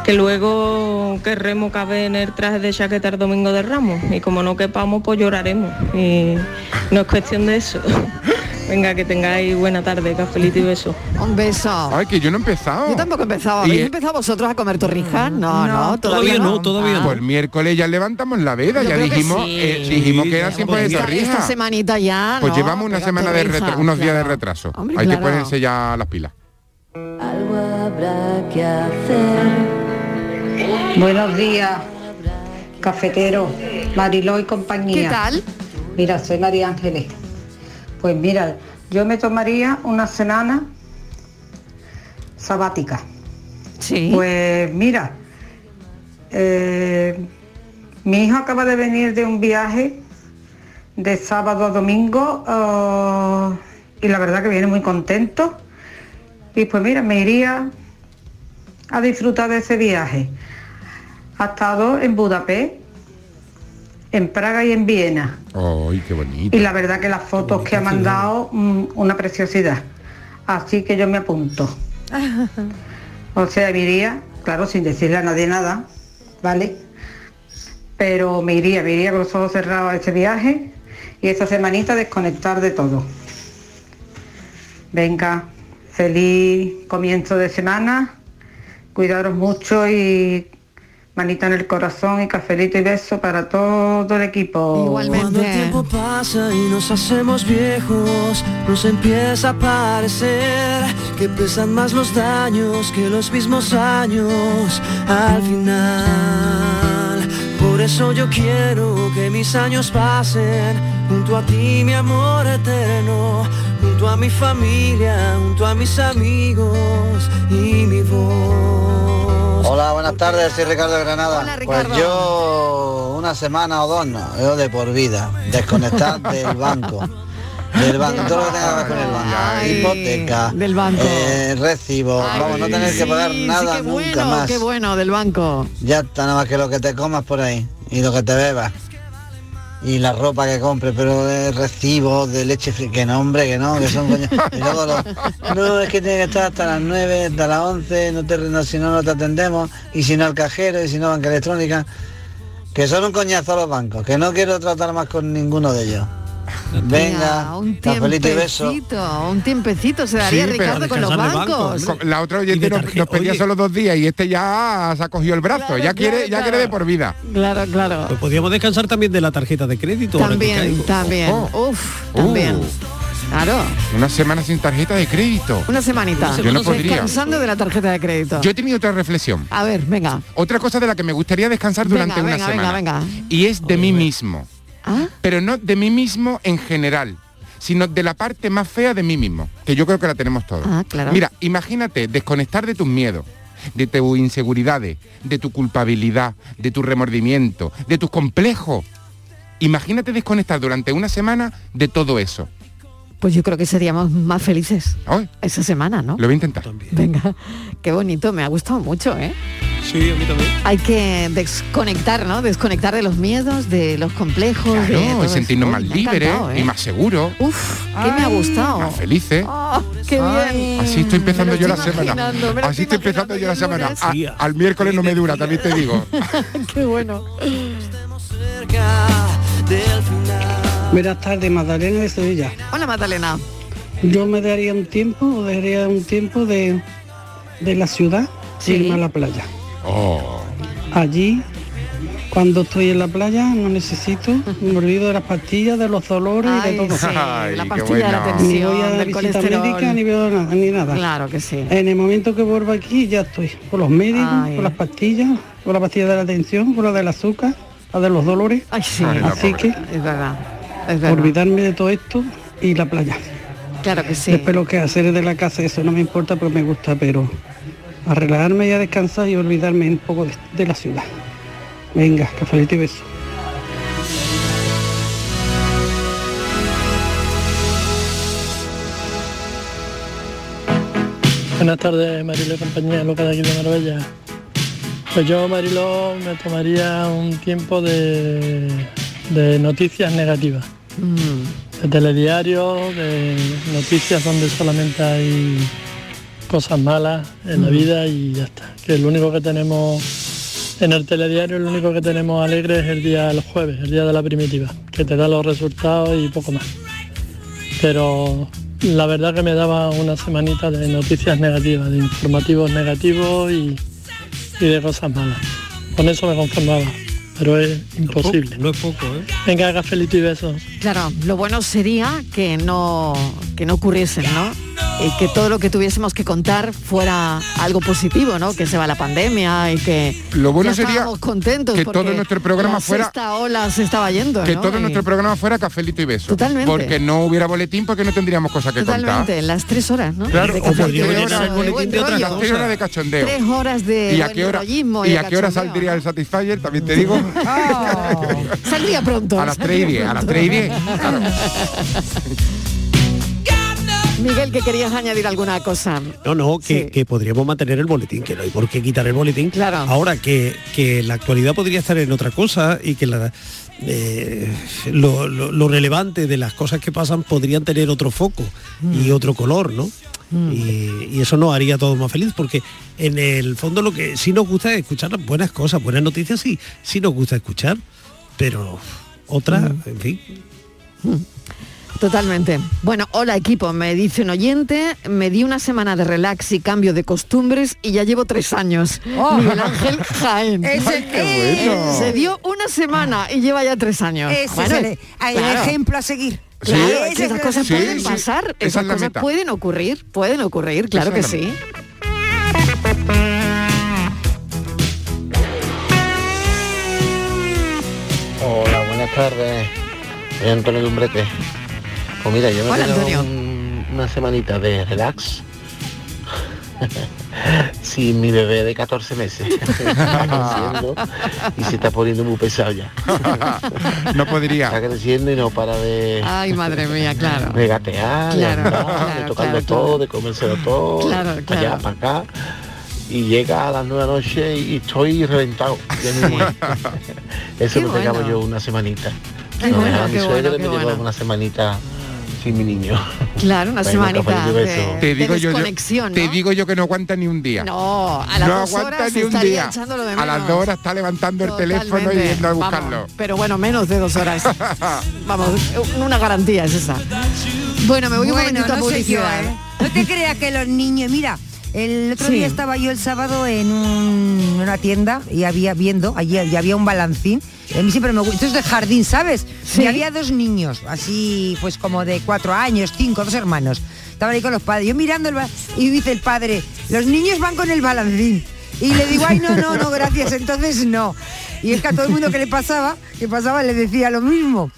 Speaker 26: que luego querremos caber en el traje de chaqueta el domingo de Ramos y como no quepamos pues lloraremos y no es cuestión de eso. Venga, que tengáis buena tarde, cafelito y beso.
Speaker 2: Un beso.
Speaker 12: Ay, que yo no he empezado.
Speaker 2: Yo tampoco empezaba.
Speaker 12: Y eh,
Speaker 2: ¿Habéis
Speaker 12: es-
Speaker 2: empezado vosotros a comer torrijas? No, no, todavía, no.
Speaker 12: Pues miércoles ya levantamos la veda,
Speaker 2: Yo
Speaker 12: ya
Speaker 2: creo que
Speaker 12: dijimos,
Speaker 2: sí.
Speaker 12: eh, dijimos que era tiempo de
Speaker 2: Esta, esta
Speaker 12: torrija.
Speaker 2: semanita ya.
Speaker 12: Pues
Speaker 2: no,
Speaker 12: llevamos una
Speaker 2: pega
Speaker 12: semana de
Speaker 2: torrija,
Speaker 12: retra- unos días de
Speaker 2: claro.
Speaker 12: retraso.
Speaker 2: Hombre,
Speaker 12: Ahí te
Speaker 2: claro.
Speaker 12: puedes sellar las pilas.
Speaker 27: habrá que hacer. Buenos días, cafetero, Mariló y compañía.
Speaker 2: ¿Qué tal?
Speaker 27: Mira, soy María Ángeles. Pues mira, yo me tomaría una semana sabática.
Speaker 2: Sí.
Speaker 27: Pues mira, eh, mi hijo acaba de venir de un viaje de sábado a domingo ah, y la verdad que viene muy contento. Y pues mira, me iría a disfrutar de ese viaje. Ha estado en Budapest, en Praga y en Viena.
Speaker 12: Ay, qué bonito.
Speaker 27: Y la verdad que las fotos que ha mandado, mm, una preciosidad. Así que yo me apunto. O sea, me iría, claro, sin decirle a nadie nada, ¿vale? Pero me iría, me iría con los ojos cerrados a ese viaje y esta semanita desconectar de todo. Venga, feliz comienzo de semana, cuidaros mucho y manita en el corazón y cafelito y beso para todo el equipo.
Speaker 2: Igualmente.
Speaker 27: Cuando el
Speaker 11: tiempo pasa y nos hacemos viejos, nos empieza a parecer que pesan más los daños que los mismos años al final. Por eso yo quiero que mis años pasen junto a ti, mi amor eterno, junto a mi familia, junto a mis amigos y mi voz.
Speaker 28: Hola, buenas tardes, soy Ricardo de Granada. Pues yo una semana o dos no, yo de por vida, desconectar del banco. Del banco, todo lo que tenga que ver con el banco. Hipoteca. Del banco. recibo. Vamos, no tener que pagar
Speaker 2: Sí, sí,
Speaker 28: nada
Speaker 2: qué
Speaker 28: nunca
Speaker 2: bueno,
Speaker 28: más.
Speaker 2: qué bueno del banco.
Speaker 28: Ya está nada más que lo que te comas por ahí y lo que te bebas. Y la ropa que compres, pero de recibo, de leche fría, que no, hombre, que no, que son coño. Y luego los- no, es que tiene que estar hasta las 9, hasta las 11, no te, no, si no, no te atendemos, y si no al cajero, y si no banca electrónica, que son un coñazo los bancos, que no quiero tratar más con ninguno de ellos. Venga,
Speaker 2: un
Speaker 28: cafelito y beso.
Speaker 2: tiempecito, un tiempecito se daría Ricardo con los bancos.
Speaker 12: La otra oyente nos, nos pedía solo dos días y este ya se ha cogido el brazo. ya quiere, ya quiere de por vida.
Speaker 2: Claro, claro.
Speaker 13: Pues podríamos descansar también de la tarjeta de crédito. ahora que
Speaker 2: También,
Speaker 13: caigo.
Speaker 2: también.
Speaker 12: Oh.
Speaker 2: Uf, también.
Speaker 12: Uh.
Speaker 2: Claro.
Speaker 12: Una semana sin tarjeta de crédito.
Speaker 2: Una semanita.
Speaker 12: Yo no podría.
Speaker 2: Descansando de la tarjeta de crédito.
Speaker 12: Yo he tenido otra reflexión.
Speaker 2: A ver, venga.
Speaker 12: Otra cosa de la que me gustaría descansar durante
Speaker 2: venga,
Speaker 12: una
Speaker 2: venga,
Speaker 12: semana.
Speaker 2: venga, venga. Ah.
Speaker 12: Y es de mí mismo. Pero no de mí mismo en general, sino de la parte más fea de mí mismo, que yo creo que la tenemos todos.
Speaker 2: Ah, claro.
Speaker 12: Mira, imagínate desconectar de tus miedos, de tus inseguridades, de tu culpabilidad, de tu remordimiento, de tus complejos. Imagínate desconectar durante una semana de todo eso.
Speaker 2: Pues yo creo que seríamos más felices
Speaker 12: Ay.
Speaker 2: esa semana, ¿no?
Speaker 12: Lo voy a intentar.
Speaker 2: Venga, qué bonito, me ha gustado mucho, ¿eh?
Speaker 13: Sí, a mí también.
Speaker 2: Hay que desconectar, ¿no? Desconectar de los miedos, de los complejos. de todo
Speaker 12: Claro, y
Speaker 2: eso.
Speaker 12: sentirnos
Speaker 2: Uy,
Speaker 12: más
Speaker 2: me ha
Speaker 12: libres
Speaker 2: encantado, ¿eh?
Speaker 12: y más seguros.
Speaker 2: Uf, que me ha gustado.
Speaker 12: Más felices.
Speaker 2: Oh, qué bien.
Speaker 12: Así estoy empezando
Speaker 2: Me lo
Speaker 12: yo la
Speaker 2: estoy
Speaker 12: semana.
Speaker 2: imaginando, me lo
Speaker 12: Así
Speaker 2: estoy
Speaker 12: estoy empezando yo la semana.
Speaker 2: lunes.
Speaker 12: A- al miércoles no me dura, también te digo.
Speaker 2: Qué bueno.
Speaker 29: Buenas tardes, Magdalena de Sevilla.
Speaker 2: Hola Magdalena.
Speaker 29: Yo me daría un tiempo, o daría un tiempo de, de la ciudad, e irme a la playa.
Speaker 2: Oh.
Speaker 29: Allí, cuando estoy en la playa, no necesito, me olvido de las pastillas, de los dolores y de
Speaker 2: Ay,
Speaker 29: todo.
Speaker 2: sí, la Ay, qué pastilla de la
Speaker 29: Ni voy
Speaker 2: bueno.
Speaker 29: a
Speaker 2: tensión, del
Speaker 29: visita
Speaker 2: colesterol.
Speaker 29: médica, ni veo nada, ni nada.
Speaker 2: Claro que sí.
Speaker 29: En el momento que vuelvo aquí, ya estoy. Con los médicos, con las pastillas, con la pastilla de la tensión, con la del azúcar, la de los dolores.
Speaker 2: Ay, la
Speaker 29: Así
Speaker 2: pobre.
Speaker 29: que,
Speaker 2: Ah, Es verdad. Es verdad.
Speaker 29: olvidarme de todo esto y la playa.
Speaker 2: Claro que sí.
Speaker 29: Después lo que hacer de la casa, eso no me importa porque me gusta, pero a relajarme y a descansar y olvidarme un poco de, de la ciudad. Venga, cafelito y beso.
Speaker 30: Buenas tardes, Mariló y compañía, loca de aquí de Marbella. Pues yo, Mariló, me tomaría un tiempo de, de noticias negativas,
Speaker 2: Mm.
Speaker 30: de telediario, de noticias donde solamente hay cosas malas en la vida y ya está. Que lo único que tenemos en el telediario, lo único que tenemos alegre es el día del jueves, el día de la primitiva, que te da los resultados y poco más. Pero la verdad que me daba una semanita de noticias negativas, de informativos negativos y, y de cosas malas. Con eso me conformaba, pero es imposible.
Speaker 13: No es poco, ¿eh?
Speaker 30: Venga, haga feliz y besos.
Speaker 2: Claro, lo bueno sería que no, que no ocurriesen, ¿no? Y que todo lo que tuviésemos que contar fuera algo positivo, ¿no? Que se va la pandemia y que
Speaker 12: Lo bueno
Speaker 2: ya
Speaker 12: sería
Speaker 2: estábamos contentos
Speaker 12: que
Speaker 2: porque
Speaker 12: todo nuestro programa
Speaker 2: la
Speaker 12: fuera-
Speaker 2: sexta ola se estaba yendo,
Speaker 12: Que
Speaker 2: ¿no? Eh,
Speaker 12: todo
Speaker 2: Y
Speaker 12: nuestro programa fuera cafelito y beso.
Speaker 2: Totalmente.
Speaker 12: Porque no hubiera boletín, porque no tendríamos cosas que
Speaker 2: totalmente,
Speaker 12: contar.
Speaker 2: las tres horas, ¿no?
Speaker 12: Claro, oh,
Speaker 2: De
Speaker 12: o podría
Speaker 2: cachondeo,
Speaker 12: llenar el
Speaker 2: de
Speaker 12: boletín
Speaker 2: buen
Speaker 12: de otra
Speaker 2: rollo.
Speaker 12: cosa. Tres horas de cachondeo.
Speaker 2: Tres horas de
Speaker 12: ¿Y a
Speaker 2: buen
Speaker 12: qué hora,
Speaker 2: rollismo y
Speaker 12: y
Speaker 2: de
Speaker 12: a qué hora
Speaker 2: cachondeo.
Speaker 12: saldría el Satisfyer? También te digo.
Speaker 2: Saldría pronto.
Speaker 12: A las
Speaker 2: saldría
Speaker 12: 3 y 10, a las
Speaker 2: pronto.
Speaker 12: 3 y 10,
Speaker 2: Miguel, que querías añadir alguna cosa.
Speaker 13: No, no, que, que podríamos mantener el boletín, que no hay por qué quitar el boletín.
Speaker 2: Claro.
Speaker 13: Ahora que, que la actualidad podría estar en otra cosa y que la, eh, lo, lo- lo relevante de las cosas que pasan podrían tener otro foco
Speaker 2: Mm.
Speaker 13: y otro color, ¿no? Y, y eso nos haría a todos más felices porque en el fondo lo que sí nos gusta es escuchar las buenas cosas, buenas noticias, sí, sí nos gusta escuchar, pero otras,
Speaker 2: Mm.
Speaker 13: en fin.
Speaker 2: Totalmente. Bueno, hola equipo, me dice un oyente, me di una semana de relax y cambio de costumbres y ya llevo tres años.
Speaker 14: Oh.
Speaker 2: Miguel Ángel Jaén.
Speaker 14: Ese- Ay, qué bueno.
Speaker 2: Se dio una semana y lleva ya tres años.
Speaker 14: Ese es el- el ejemplo a seguir.
Speaker 12: Sí.
Speaker 2: Claro,
Speaker 12: Ese
Speaker 2: es que
Speaker 12: es
Speaker 2: esas
Speaker 12: el-
Speaker 2: cosas
Speaker 12: sí,
Speaker 2: pueden
Speaker 12: sí,
Speaker 2: pasar,
Speaker 12: esa es
Speaker 2: esas
Speaker 12: la
Speaker 2: cosas
Speaker 12: meta.
Speaker 2: pueden ocurrir, pueden ocurrir,
Speaker 12: Esa
Speaker 2: claro que
Speaker 12: es la
Speaker 2: sí.
Speaker 31: Hola, buenas tardes. Soy Antonio Dumbrete. Pues mira, yo me
Speaker 2: Hola,
Speaker 31: he tirado
Speaker 2: Antonio.
Speaker 31: un- una semanita de relax. Sin mi bebé de 14 meses. Está creciendo y se está poniendo muy pesado ya.
Speaker 12: no podría.
Speaker 31: Está creciendo y no para de.
Speaker 2: Ay, madre mía, claro.
Speaker 31: De gatear,
Speaker 2: Claro,
Speaker 31: de, andar,
Speaker 2: claro,
Speaker 31: de tocarlo
Speaker 2: claro,
Speaker 31: todo, de comérselo todo,
Speaker 2: Claro,
Speaker 31: para
Speaker 2: claro.
Speaker 31: allá, para acá. Y llega a las nueve de la noche y estoy reventado. ya ni muero.
Speaker 2: Qué
Speaker 31: Eso lo pegaba
Speaker 2: bueno.
Speaker 31: yo una semanita.
Speaker 2: Qué
Speaker 31: Lo
Speaker 2: bueno,
Speaker 31: dejaba a mi
Speaker 2: qué bueno,
Speaker 31: suegra y
Speaker 2: qué
Speaker 31: me llevaba
Speaker 2: bueno.
Speaker 31: una semanita sin mi niño.
Speaker 2: Claro, una
Speaker 31: Venga,
Speaker 2: semanita
Speaker 31: cafelito y beso.
Speaker 2: de,
Speaker 12: Te
Speaker 2: Eh, de
Speaker 12: digo yo, yo-
Speaker 2: desconexión,
Speaker 12: te
Speaker 2: ¿no?
Speaker 12: digo yo que no aguanta ni un día.
Speaker 2: No, a las
Speaker 12: no
Speaker 2: dos
Speaker 12: aguanta
Speaker 2: horas
Speaker 12: ni un
Speaker 2: estaría
Speaker 12: día.
Speaker 2: echándolo de
Speaker 12: A las
Speaker 2: menos.
Speaker 12: dos horas está levantando el teléfono y
Speaker 2: Totalmente,
Speaker 12: yendo a
Speaker 2: vamos,
Speaker 12: buscarlo.
Speaker 2: pero bueno, menos de dos horas. Vamos, una garantía es esa. Bueno, me voy un
Speaker 14: Bueno,
Speaker 2: momentito a
Speaker 14: no sé yo,
Speaker 2: publicidad.
Speaker 14: ¿eh? No te creas que los niños, mira, el otro día
Speaker 2: Sí.
Speaker 14: estaba yo el sábado en un- una tienda y había viendo, allí y había un balancín. A mí siempre me gusta, esto es de jardín, ¿sabes?
Speaker 2: Sí.
Speaker 14: Y había dos niños, así pues como de cuatro años, cinco, dos hermanos. Estaban ahí con los padres. Yo mirando el ba- y dice el padre, los niños van con el balancín. Y le digo, ay, no, no, no, gracias, entonces no. Y es que a todo el mundo que le pasaba, que pasaba, le decía lo mismo.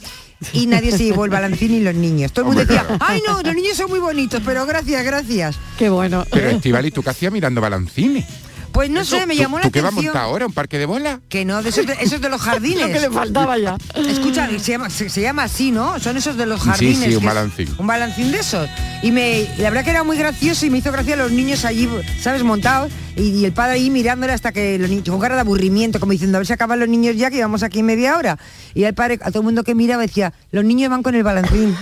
Speaker 14: Y nadie se llevó el balancín y los niños. Todo el mundo decía, "Ah, ay, no, los niños son muy bonitos, pero gracias, gracias.
Speaker 2: Qué bueno.
Speaker 12: Pero Estival, ¿y tú qué hacías mirando balancines?
Speaker 14: Pues no sé, me llamó
Speaker 12: ¿Tú,
Speaker 14: la
Speaker 12: tú qué vas a
Speaker 14: atención.
Speaker 12: montar ahora? ¿Un parque de bola?
Speaker 14: Que no, de esos de, esos de los jardines.
Speaker 12: Lo que le faltaba ya.
Speaker 14: Escucha, se llama, se, se llama así, ¿no? Son esos de los
Speaker 12: Sí,
Speaker 14: jardines.
Speaker 12: sí, un
Speaker 14: que es
Speaker 12: balancín.
Speaker 14: Un balancín de esos. Y me, y la verdad que era muy gracioso y me hizo gracia los niños allí, ¿sabes? Montados. Y, y el padre ahí mirándole hasta que los niños, con cara de aburrimiento, como diciendo, a ver si acaban los niños ya, que llevamos aquí media hora. Y el padre, a todo el mundo que miraba, decía, los niños van con el balancín.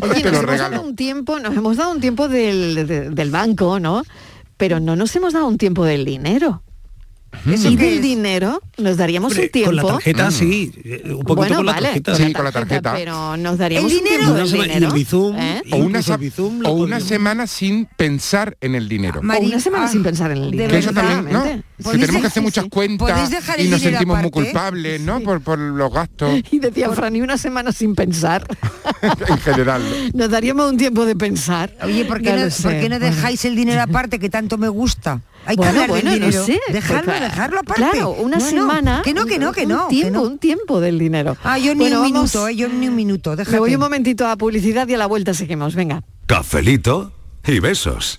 Speaker 2: Oye, nos
Speaker 14: Te lo
Speaker 2: hemos
Speaker 14: regalo.
Speaker 2: dado un tiempo, nos hemos dado un tiempo del, de- del banco, ¿no? Pero no nos hemos dado un tiempo del dinero.
Speaker 13: ¿Eso
Speaker 2: y
Speaker 13: qué
Speaker 2: del
Speaker 13: es?
Speaker 2: dinero nos daríamos un tiempo.
Speaker 13: Con la
Speaker 2: Mm.
Speaker 13: tarjeta, sí. eh, Un poquito
Speaker 2: Bueno,
Speaker 13: con la
Speaker 2: vale,
Speaker 13: tarjeta.
Speaker 12: Sí, con la tarjeta.
Speaker 2: Pero nos daríamos
Speaker 14: ¿El
Speaker 2: un
Speaker 14: dinero?
Speaker 12: Y
Speaker 2: tiempo del
Speaker 12: una semana-
Speaker 2: dinero.
Speaker 12: y el Bizum,
Speaker 2: ¿eh?
Speaker 12: O una, se- o una semana sin pensar en el dinero.
Speaker 2: O una semana sin pensar en el dinero. Pues
Speaker 12: Que eso también, ¿no?
Speaker 2: Efectivamente.
Speaker 12: Que tenemos que hacer muchas
Speaker 2: ¿Podéis
Speaker 12: cuentas
Speaker 2: dejar el
Speaker 12: y nos
Speaker 2: dinero
Speaker 12: sentimos muy
Speaker 2: aparte?
Speaker 12: culpables, ¿no? Por, por los gastos
Speaker 2: Y decía Fran, y una semana sin pensar.
Speaker 12: en general.
Speaker 2: Nos daríamos un tiempo de pensar.
Speaker 14: Oye, ¿por qué,
Speaker 2: Ya
Speaker 14: no,
Speaker 2: lo sé.
Speaker 14: por qué no dejáis el dinero aparte que tanto me gusta? Hay
Speaker 2: Bueno,
Speaker 14: que hablar
Speaker 2: bueno,
Speaker 14: del
Speaker 2: no
Speaker 14: dinero.
Speaker 2: sé,
Speaker 14: dejarlo,
Speaker 2: porque- ah,
Speaker 14: dejarlo aparte.
Speaker 2: Claro, una
Speaker 14: No, no,
Speaker 2: semana.
Speaker 14: que no, que no, que
Speaker 2: un
Speaker 14: no. que
Speaker 2: tiempo,
Speaker 14: no.
Speaker 2: un tiempo del dinero.
Speaker 14: Ah, yo ni
Speaker 2: Bueno,
Speaker 14: un
Speaker 2: vamos-
Speaker 14: minuto, eh, yo ni un minuto.
Speaker 2: Me voy
Speaker 14: Déjate.
Speaker 2: un momentito a publicidad y a la vuelta seguimos. Venga.
Speaker 32: Cafelito y besos.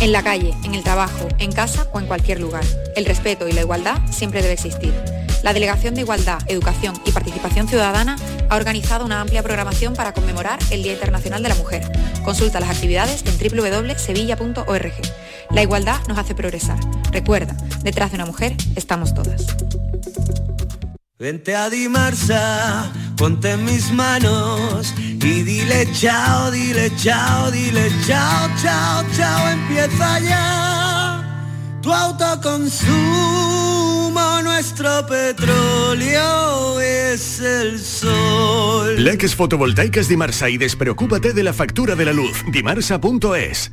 Speaker 33: En la calle, en el trabajo, en casa o en cualquier lugar. El respeto y la igualdad siempre debe existir. La Delegación de Igualdad, Educación y Participación Ciudadana ha organizado una amplia programación para conmemorar el Día Internacional de la Mujer. Consulta las actividades en www.sevilla.org. La igualdad nos hace progresar. Recuerda, detrás de una mujer estamos todas.
Speaker 11: Vente a Dimarsa, ponte en mis manos y dile chao, dile chao, dile chao, chao, chao, empieza ya. Tu autoconsumo, nuestro petróleo es el sol.
Speaker 34: Leques fotovoltaicas Dimarsa y despreocúpate de la factura de la luz. Dimarsa.es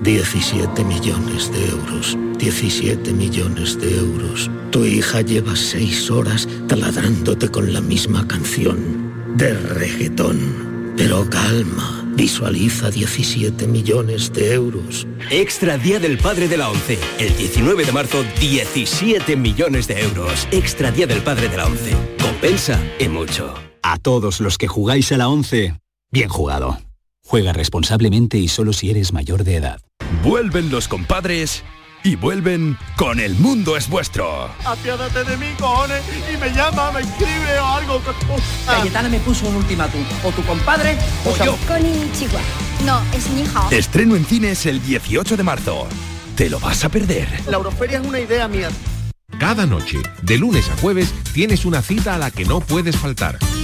Speaker 35: 17 millones de euros, 17 millones de euros. Tu hija lleva seis horas taladrándote con la misma canción de reggaetón. Pero calma, visualiza 17 millones de euros.
Speaker 36: Extra Día del Padre de la ONCE. El 19 de marzo, 17 millones de euros. Extra Día del Padre de la ONCE. Compensa y mucho.
Speaker 37: A todos los que jugáis a la ONCE, bien jugado. Juega responsablemente y solo si eres mayor de edad.
Speaker 34: Vuelven los compadres y vuelven con El Mundo es Vuestro.
Speaker 38: Apiádate de mí, cojones, y me llama, me escribe o algo.
Speaker 39: Cayetana me puso un ultimátum, o tu compadre o, o yo.
Speaker 40: Con Chihuahua. No, es mi hija.
Speaker 34: Estreno en cines el 18 de marzo. Te lo vas a perder.
Speaker 38: La Euroferia es una idea mía.
Speaker 8: Cada noche, de lunes a jueves, tienes una cita a la que no puedes faltar.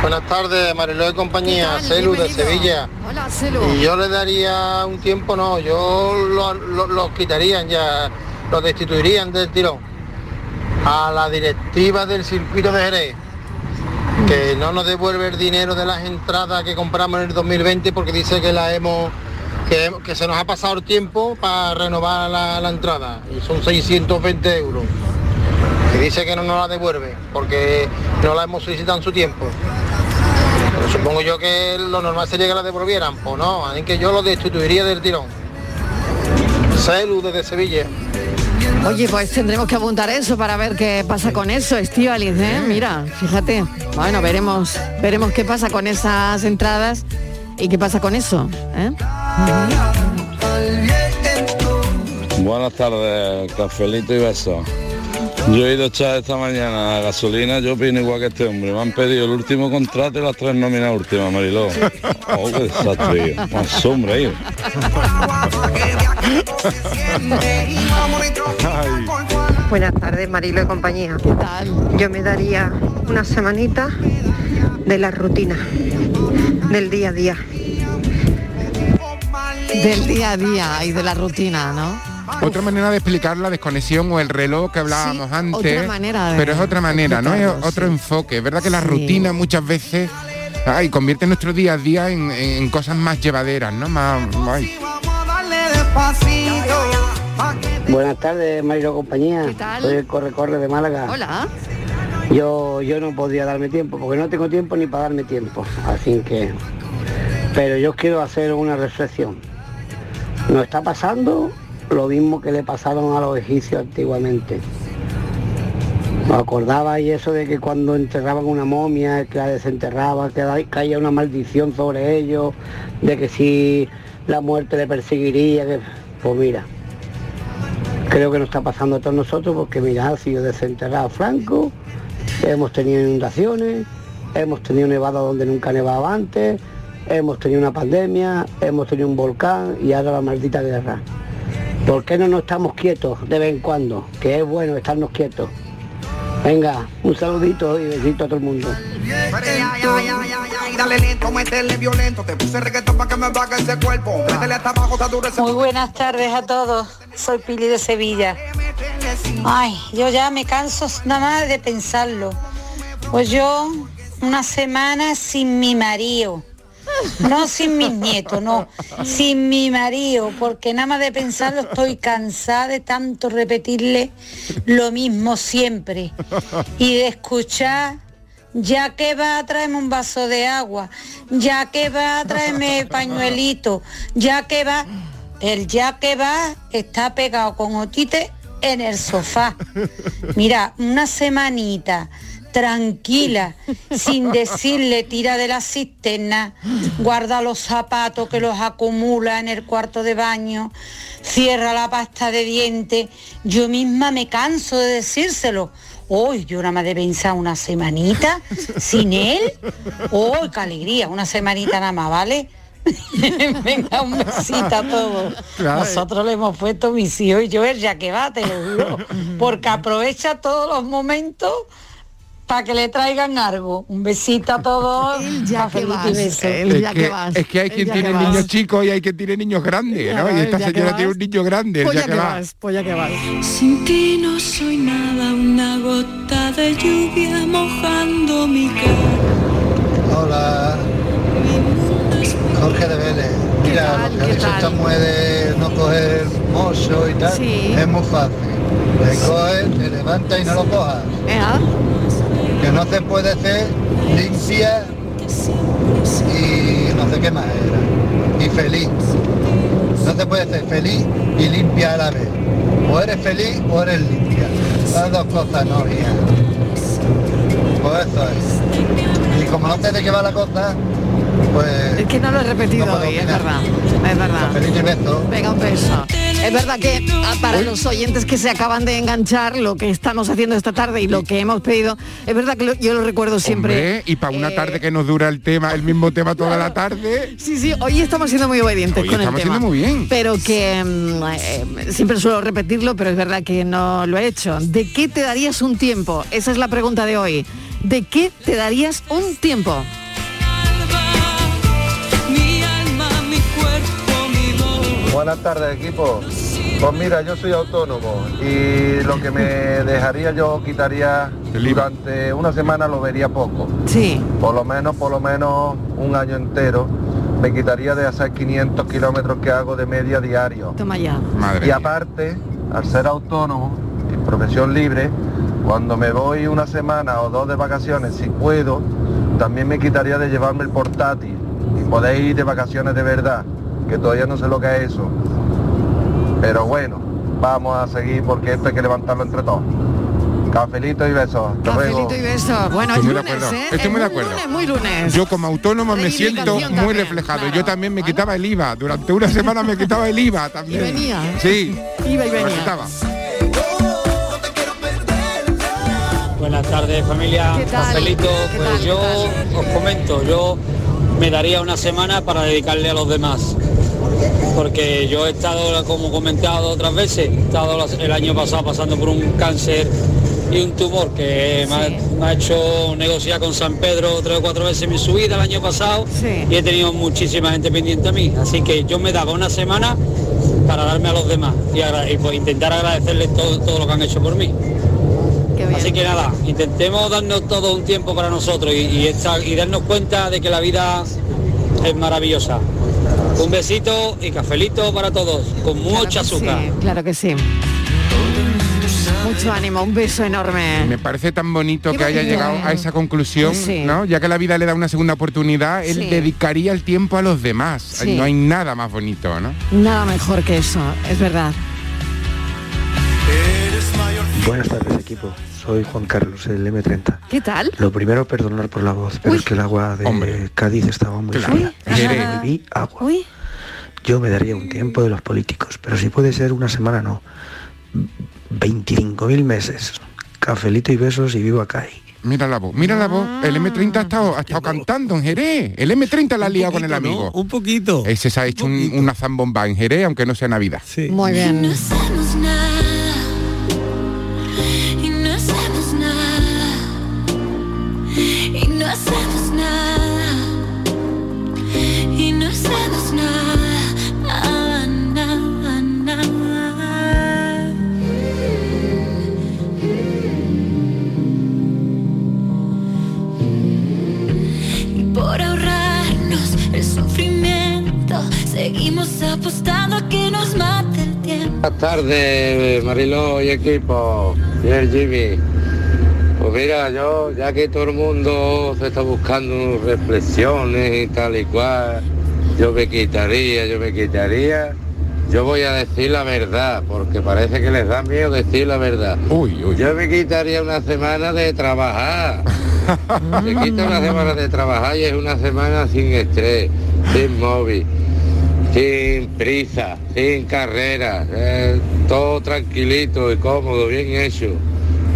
Speaker 41: Buenas tardes, Mariló y compañía, Celu de Sevilla.
Speaker 2: Hola, Celu.
Speaker 41: Y yo le daría un tiempo, no, yo los lo, lo quitarían ya, los destituirían del tirón a la directiva del circuito de Jerez, que no nos devuelve el dinero de las entradas que compramos en el 2020 porque dice que la hemos, que, que se nos ha pasado el tiempo para renovar la, la entrada, y son 620 euros. Y dice que no nos la devuelve porque no la hemos solicitado en su tiempo. Pero supongo yo que lo normal sería que la devolvieran, pues no, así que yo lo destituiría del tirón. Celu desde Sevilla.
Speaker 2: Oye, pues tendremos que apuntar eso para ver qué pasa con eso, Estivalis, ¿eh? Mira, fíjate. Bueno, veremos, veremos qué pasa con esas entradas y qué pasa con eso. ¿eh?
Speaker 42: Buenas tardes, cafelito y besos. Yo he ido a echar esta mañana a gasolina, yo opino igual que este hombre. Me han pedido el último contrato y las tres nóminas últimas, Mariló. Oh, qué desastre, hijo. Más sombra, hijo.
Speaker 14: Buenas tardes, Marilo y compañía. ¿Qué
Speaker 2: tal?
Speaker 14: Yo me daría una semanita de la rutina, del día a día.
Speaker 2: Del día a día y de la rutina, ¿no?
Speaker 12: Otra manera de explicar la desconexión o el reloj que hablábamos
Speaker 2: Sí,
Speaker 12: antes.
Speaker 2: otra manera de
Speaker 12: pero es otra manera, ¿no? Es
Speaker 2: explicarlo,
Speaker 12: otro
Speaker 2: sí.
Speaker 12: enfoque. Es verdad que la
Speaker 2: Sí.
Speaker 12: rutina muchas veces ay, convierte nuestro día a día en, en cosas más llevaderas, ¿no? Más, ay.
Speaker 43: Buenas tardes, Mario Compañía.
Speaker 2: ¿Qué tal?
Speaker 43: Soy el Corre Corre de Málaga.
Speaker 2: Hola.
Speaker 43: Yo, yo no podía darme tiempo, porque no tengo tiempo ni para darme tiempo. Así que... Pero yo quiero hacer una reflexión. Nos está pasando lo mismo que le pasaron a los egipcios antiguamente. ¿Os acordabais eso de que cuando enterraban una momia, que la desenterraban, que da- caía una maldición sobre ellos, de que si la muerte le perseguiría? Que... Pues mira, creo que nos está pasando a todos nosotros porque mira, ha sido desenterrado Franco, hemos tenido inundaciones, hemos tenido nevada donde nunca nevaba antes, hemos tenido una pandemia, hemos tenido un volcán y ahora la maldita guerra. ¿Por qué no nos estamos quietos de vez en cuando? Que es bueno estarnos quietos. Venga, un saludito y besito a todo el mundo.
Speaker 44: Muy buenas tardes a todos. Soy Pili de Sevilla.
Speaker 12: Ah,
Speaker 44: Ay, yo ya me canso nada más de pensarlo. Pues yo una semana sin mi marido. No sin mis nietos, no. Sin mi marido, porque nada más de pensarlo estoy cansada de tanto repetirle lo mismo siempre. Y de escuchar, ya que va a traerme un vaso de agua, ya que va a traerme pañuelito, ya que va... El ya que va está pegado con otite en el sofá. Mira, una semanita tranquila, sin decirle tira de la cisterna, guarda los zapatos que los acumula en el cuarto de baño, cierra la pasta de dientes. Yo misma me canso de decírselo. Hoy yo nada más de pensar una semanita sin él. Hoy qué alegría! Una semanita nada más, ¿vale? Venga, un besito a todos.
Speaker 11: Claro.
Speaker 44: Nosotros le hemos puesto mis hijos y Joel, ya que va, te lo juro. Porque aprovecha todos los momentos para que le traigan algo. Un besito a todos.
Speaker 2: ya que
Speaker 44: Cafelito y
Speaker 2: vas,
Speaker 44: besos.
Speaker 2: el
Speaker 12: es,
Speaker 2: ya
Speaker 12: que,
Speaker 2: que vas,
Speaker 12: es que hay
Speaker 2: el
Speaker 12: quien
Speaker 2: ya
Speaker 12: tiene
Speaker 2: que vas.
Speaker 12: niños chicos y hay quien tiene niños grandes, ¿no?
Speaker 2: Ya
Speaker 12: Y
Speaker 2: va,
Speaker 12: esta
Speaker 2: ya que
Speaker 12: señora tiene
Speaker 2: vas.
Speaker 12: un niño grande, el
Speaker 1: Pues
Speaker 12: ya
Speaker 1: ya
Speaker 12: que
Speaker 1: que
Speaker 12: va.
Speaker 1: vas, pues ya que vas. Sin ti no soy nada, una gota de lluvia mojando mi cara.
Speaker 45: Hola, Jorge de Vélez. Mira, lo que ha dicho esta mujer de no coger mozo y tal, es muy fácil. Le coge, te levanta y no lo cojas. Que no se puede ser limpia y no sé qué más era. Y feliz. No se puede ser feliz y limpia a la vez. O eres feliz o eres limpia. Las dos cosas no, hija. Pues eso es. Y como no sé de qué va la cosa, pues
Speaker 2: Es que no lo he repetido hoy, es verdad. Es verdad.
Speaker 45: feliz y beso.
Speaker 2: Venga, un beso. Es verdad que ah, para los oyentes que se acaban de enganchar, lo que estamos haciendo esta tarde y lo que hemos pedido, es verdad que lo- yo lo recuerdo siempre.
Speaker 12: Hombre, y para
Speaker 2: Eh,
Speaker 12: una tarde que nos dura el tema, el mismo tema toda la tarde.
Speaker 2: Sí, sí, hoy estamos siendo muy obedientes
Speaker 12: Hoy
Speaker 2: con
Speaker 12: estamos
Speaker 2: el tema.
Speaker 12: siendo muy bien.
Speaker 2: Pero que mm, eh, siempre suelo repetirlo, pero es verdad que no lo he hecho. ¿De qué te darías un tiempo? Esa es la pregunta de hoy. ¿De qué te darías un tiempo?
Speaker 1: Mi alma, mi cuerpo, mi voz.
Speaker 45: Buenas tardes equipo. Pues mira, yo soy autónomo y lo que me dejaría yo quitaría durante una semana lo vería poco.
Speaker 2: Sí.
Speaker 45: Por lo menos, por lo menos un año entero. Me quitaría de hacer 500 kilómetros que hago de media diario.
Speaker 2: Toma ya.
Speaker 45: y aparte, al ser autónomo, en profesión libre, cuando me voy una semana o dos de vacaciones, si puedo, también me quitaría de llevarme el portátil y poder ir de vacaciones de verdad, que todavía no sé lo que es eso. Pero bueno, vamos a seguir porque esto hay que levantarlo entre todos. Cafelito y besos. Hasta luego.
Speaker 2: Cafelito y besos. Bueno,
Speaker 12: Estoy muy de
Speaker 2: es lunes,
Speaker 12: acuerdo.
Speaker 2: ¿eh?
Speaker 12: Estoy muy
Speaker 2: Es
Speaker 12: de
Speaker 2: muy
Speaker 12: acuerdo.
Speaker 2: lunes, muy lunes.
Speaker 12: Yo como autónomo me siento muy
Speaker 2: Reivindicación también,
Speaker 12: reflejado. Yo también me quitaba el IVA. Durante una semana me quitaba el IVA también.
Speaker 2: venía, ¿eh?
Speaker 12: Sí.
Speaker 2: Iba y
Speaker 12: me lo
Speaker 2: venía.
Speaker 12: quitaba.
Speaker 46: Buenas tardes familia,
Speaker 2: ¿Qué tal?
Speaker 46: Cafelito,
Speaker 2: ¿Qué
Speaker 46: pues
Speaker 2: tal? ¿Qué
Speaker 46: yo os comento, yo me daría una semana para dedicarle a los demás, porque yo he estado, como he comentado otras veces, he estado las- el año pasado pasando por un cáncer y un tumor que me, ha, me ha hecho negociar con San Pedro tres o cuatro veces mi subida el año pasado y he tenido muchísima gente pendiente a mí, así que yo me daba una semana para darme a los demás y, agra- y, pues, intentar agradecerles todo, todo lo que han hecho por mí. Así que nada, intentemos darnos todo un tiempo para nosotros y, y esta- y darnos cuenta de que la vida es maravillosa. Un besito y cafelito para todos, con mucha azúcar.
Speaker 2: Claro que sí. Mucho ánimo, un beso enorme.
Speaker 12: Me parece tan bonito
Speaker 2: Qué
Speaker 12: que haya
Speaker 2: bonito,
Speaker 12: llegado
Speaker 2: ¿eh?
Speaker 12: a esa conclusión,
Speaker 2: Sí.
Speaker 12: ¿no? Ya que la vida le da una segunda oportunidad, él
Speaker 2: Sí.
Speaker 12: dedicaría el tiempo a los demás.
Speaker 2: Sí.
Speaker 12: No hay nada más bonito, ¿no?
Speaker 2: Nada mejor que eso, es verdad.
Speaker 8: Buenas tardes equipo, soy Juan Carlos, el M30.
Speaker 2: ¿Qué tal?
Speaker 8: Lo primero, perdonar por la voz, pero es que el agua de Cádiz estaba muy
Speaker 1: Claro.
Speaker 8: fría.
Speaker 1: Uy, Jerez.
Speaker 8: Bebí agua. Yo me daría un tiempo de los políticos, pero si puede ser una semana, no. 25.000 meses. Cafelito y besos y vivo acá. Ah,
Speaker 12: Mira la voz, mira la voz. El M30 ha estado, ha estado cantando en Jerez. El M30 la ha liado con el amigo. Un poquito. Ese se ha hecho un- una zambomba en Jerez, aunque no sea Navidad.
Speaker 2: Muy bien.
Speaker 1: hacemos nada y no hacemos nada y no hacemos nada y no hacemos nada, nada, nada.
Speaker 11: Seguimos apostando a que nos mate el tiempo.
Speaker 47: Buenas tardes, Mariló y equipo. Y el Jimmy. Pues mira, yo, ya que todo el mundo se está buscando reflexiones y tal y cual, yo me quitaría, yo me quitaría. Yo voy a decir la verdad, porque parece que les da miedo decir la verdad. Yo me quitaría una semana de trabajar. Se quita una semana de trabajar y es una semana sin estrés, sin móvil, sin prisa, sin carrera, eh, todo tranquilito y cómodo, bien hecho.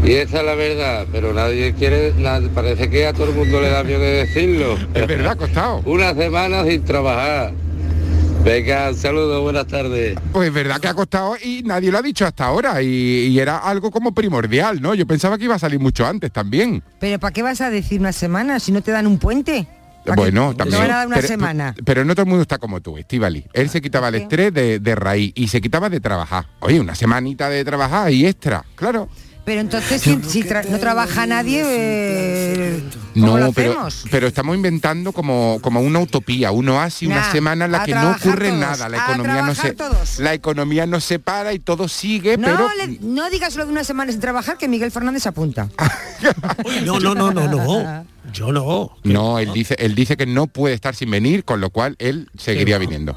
Speaker 47: Y esa es la verdad, pero nadie quiere, na- parece que a todo el mundo le da miedo de decirlo.
Speaker 12: Es verdad, costado.
Speaker 47: Una semana sin trabajar. Venga, un saludo, buenas tardes.
Speaker 12: Pues es verdad que ha costado y nadie lo ha dicho hasta ahora y, y era algo como primordial, ¿no? Yo pensaba que iba a salir mucho antes también.
Speaker 14: Pero ¿para qué vas a decir una semana si no te dan un puente? ¿Para qué?
Speaker 12: Bueno,
Speaker 14: Te
Speaker 12: también.
Speaker 14: van a dar una
Speaker 12: pero,
Speaker 14: semana.
Speaker 12: pero no todo el mundo está como tú, Estivali. Él se quitaba el estrés de, de raíz y se quitaba de trabajar. Oye, una semanita de trabajar y extra, claro.
Speaker 14: Pero entonces si, si tra- no trabaja nadie, eh, ¿cómo
Speaker 12: No,
Speaker 14: lo
Speaker 12: pero, eh,
Speaker 14: hacemos?
Speaker 12: pero estamos inventando como, como una utopía, un oasis, una
Speaker 14: Nah,
Speaker 12: semana en la
Speaker 14: a
Speaker 12: que no
Speaker 14: trabajar
Speaker 12: ocurre
Speaker 14: todos,
Speaker 12: nada, la
Speaker 14: a
Speaker 12: economía no
Speaker 14: trabajar
Speaker 12: se la economía no se para y todo sigue,
Speaker 14: No,
Speaker 12: pero
Speaker 14: le- no digas lo de una semana sin trabajar que Miguel Fernández apunta.
Speaker 12: No, no, no, no, no. Yo no. No, él dice, él dice que no puede estar sin venir, con lo cual él seguiría viniendo.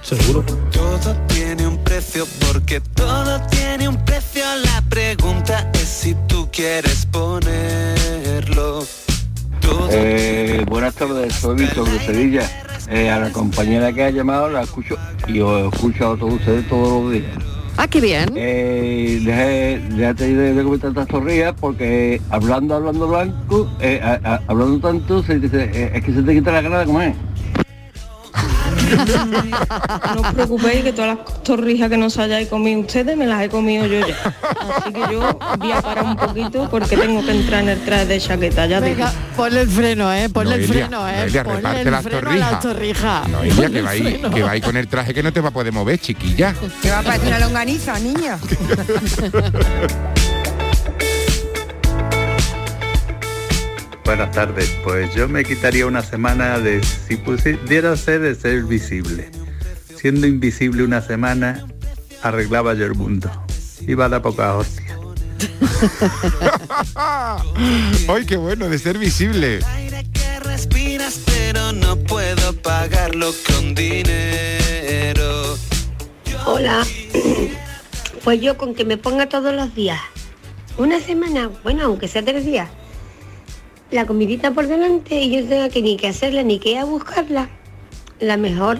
Speaker 12: Seguro.
Speaker 11: Todo tiene un precio porque todo tiene un precio. La pregunta es si tú quieres ponerlo.
Speaker 48: Eh, buenas tardes, soy Víctor de Sevilla. Eh, a la compañera que ha llamado la escucho y os escucho a autobuses todos los días.
Speaker 2: Ah, qué bien.
Speaker 48: Eh, dejé- déjate de, de comentar estas torrillas porque hablando, hablando blanco, eh, a- a- hablando tanto, se- se- eh, es que se te quita la cara de comer. No os preocupéis que todas las torrijas que nos hayáis comido ustedes me las he comido yo ya. Así que yo voy a parar un poquito porque tengo que entrar en el traje de chaqueta, ya
Speaker 2: Venga,
Speaker 48: digo.
Speaker 2: ponle el freno, ¿eh? Ponle el
Speaker 12: Noelia,
Speaker 2: freno, ¿eh?
Speaker 12: Noelia,
Speaker 2: ponle
Speaker 12: reparte
Speaker 2: el
Speaker 12: las
Speaker 2: freno a
Speaker 12: torrijas.
Speaker 2: las torrijas.
Speaker 12: Noelia, que
Speaker 2: Ponle
Speaker 12: va,
Speaker 2: el
Speaker 12: ahí,
Speaker 2: freno.
Speaker 12: que va ahí con el traje que no te va a poder mover, chiquilla.
Speaker 14: Te va a parecer una longaniza, niña.
Speaker 49: Buenas tardes, pues yo me quitaría una semana de, si pudiera ser, de ser visible. Siendo invisible una semana, arreglaba yo el mundo. Iba a la poca hostia.
Speaker 12: ¡Ay, qué bueno de ser visible!
Speaker 11: Que respiras pero no puedo pagarlo con dinero.
Speaker 50: Hola, pues yo con que me ponga todos los días, una semana, bueno, aunque sea tres días, la comidita por delante y yo tenga que ni que hacerla ni que ir a buscarla, la mejor,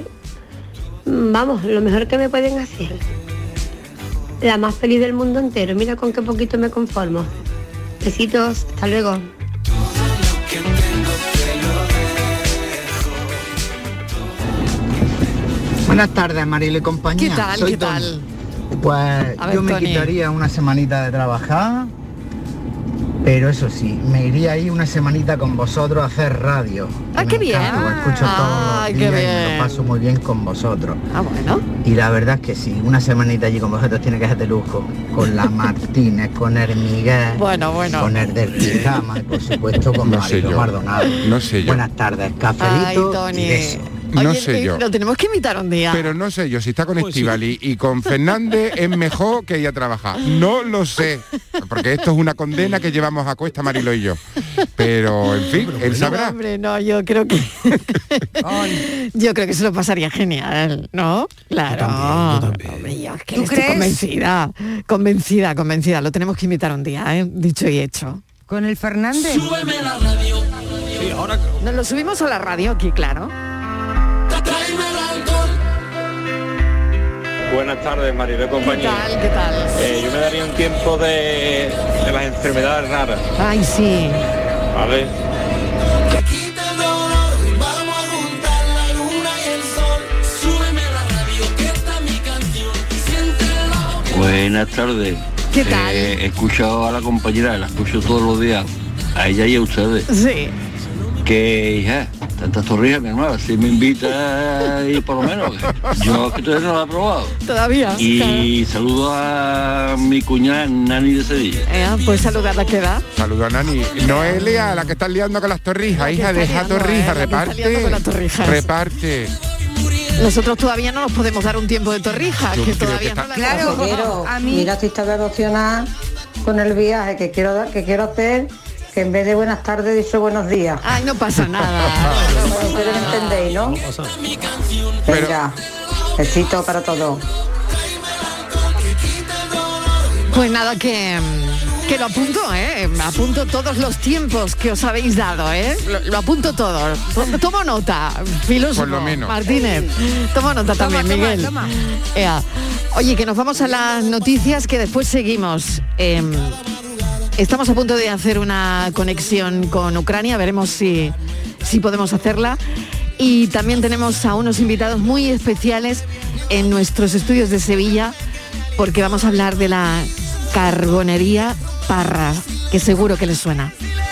Speaker 50: mm, vamos, lo mejor que me pueden hacer. La más feliz del mundo entero, mira con qué poquito me conformo. Besitos, hasta luego.
Speaker 49: Buenas tardes, Maril y compañía.
Speaker 2: ¿Qué tal,
Speaker 49: Soy
Speaker 2: qué
Speaker 49: Tony.
Speaker 2: tal?
Speaker 49: Pues
Speaker 2: A ver,
Speaker 49: yo me
Speaker 2: Tony.
Speaker 49: quitaría una semanita de trabajar, pero eso sí, me iría ahí una semanita con vosotros a hacer radio.
Speaker 2: Ah, qué bien.
Speaker 49: Os escucho todos
Speaker 2: Ay,
Speaker 49: los
Speaker 2: qué
Speaker 49: días y me
Speaker 2: bien.
Speaker 49: lo paso muy bien con vosotros.
Speaker 2: Ah, bueno.
Speaker 49: Y la verdad es que sí, una semanita allí con vosotros tiene que ser de lujo. Con la Martínez, con el Miguel,
Speaker 2: Bueno, bueno.
Speaker 49: con el del pijama y por supuesto con
Speaker 12: No sé
Speaker 49: Mariló
Speaker 12: yo.
Speaker 49: Maldonado.
Speaker 12: No sé yo.
Speaker 49: Ah, Buenas tardes, cafelito
Speaker 2: Ay,
Speaker 49: y
Speaker 2: Tony.
Speaker 49: besos.
Speaker 12: No
Speaker 2: Oye,
Speaker 12: sé
Speaker 2: eh,
Speaker 12: yo.
Speaker 2: Lo tenemos que invitar un día.
Speaker 12: Pero no sé yo, si está con Estivali y con Fernández es mejor que ella trabaja. No lo sé, porque esto es una condena que llevamos a cuesta Marilo y yo. Pero, en fin, él
Speaker 2: No,
Speaker 12: sabrá.
Speaker 2: hombre, no, yo creo que yo creo que se lo pasaría genial, ¿no? Claro. Hombre, yo es que
Speaker 14: ¿Tú
Speaker 2: estoy
Speaker 14: crees?
Speaker 2: convencida, convencida, convencida. Lo tenemos que invitar un día, ¿eh? dicho y hecho.
Speaker 14: Con el Fernández.
Speaker 11: Súbeme la radio. Sí, ahora
Speaker 2: Nos lo subimos a la radio aquí, claro.
Speaker 11: tráeme el alcohol.
Speaker 9: Buenas tardes, Maribel compañía.
Speaker 2: ¿Qué tal? ¿Qué tal?
Speaker 9: Eh, yo me daría un tiempo de, de las enfermedades raras,
Speaker 2: Ay, sí.
Speaker 9: ¿vale?
Speaker 11: Quita el dolor, vamos a juntar la luna y el sol. Súbeme la radio, que esta es mi canción. Siente la
Speaker 48: Buenas tardes.
Speaker 11: ¿Qué tal?
Speaker 48: Eh, escucho a la compañera, la escucho todos los días, a ella y a ustedes.
Speaker 2: Sí.
Speaker 48: Que hija, tantas torrijas, mi hermano, si me invita y por lo menos. Yo que todavía no lo he probado.
Speaker 2: Todavía. Ah, claro.
Speaker 48: Y saludo a mi cuñada Nani de Sevilla.
Speaker 2: Eh, pues saludar la que da.
Speaker 12: Saludo a Nani. Noelia, la que estás liando con las torrijas, hija,
Speaker 2: está
Speaker 12: deja
Speaker 2: liando,
Speaker 12: torrijas,
Speaker 2: eh, la que está liando con las
Speaker 12: reparte.
Speaker 2: torrijas.
Speaker 12: Reparte.
Speaker 2: Nosotros todavía no nos podemos dar un tiempo de torrijas,
Speaker 28: Yo
Speaker 2: que
Speaker 28: creo que
Speaker 2: todavía
Speaker 28: está-
Speaker 2: no la
Speaker 28: Claro,
Speaker 2: hemos
Speaker 43: Pero,
Speaker 2: dado.
Speaker 43: mira, si estaba emocionada con el viaje que quiero dar- que quiero hacer, que en vez de buenas tardes dice buenos días.
Speaker 2: Ay, no pasa nada.
Speaker 43: Pero ustedes me entendéis, ¿no? Venga, besito para todos.
Speaker 2: Pues nada, que, mm, que lo apunto, ¿eh? Apunto todos los tiempos que os habéis dado, ¿eh? Lo, lo apunto todo. To- Tomo nota, filósofo.
Speaker 12: Por lo menos.
Speaker 2: Martínez. Tomo nota
Speaker 28: Toma,
Speaker 2: también,
Speaker 28: toma,
Speaker 2: Miguel.
Speaker 28: toma.
Speaker 2: Ea. Oye, que nos vamos a las noticias que después seguimos. Em, estamos a punto de hacer una conexión con Ucrania, veremos si, si podemos hacerla. Y también tenemos a unos invitados muy especiales en nuestros estudios de Sevilla, porque vamos a hablar de la carbonería Parras, que seguro que les suena.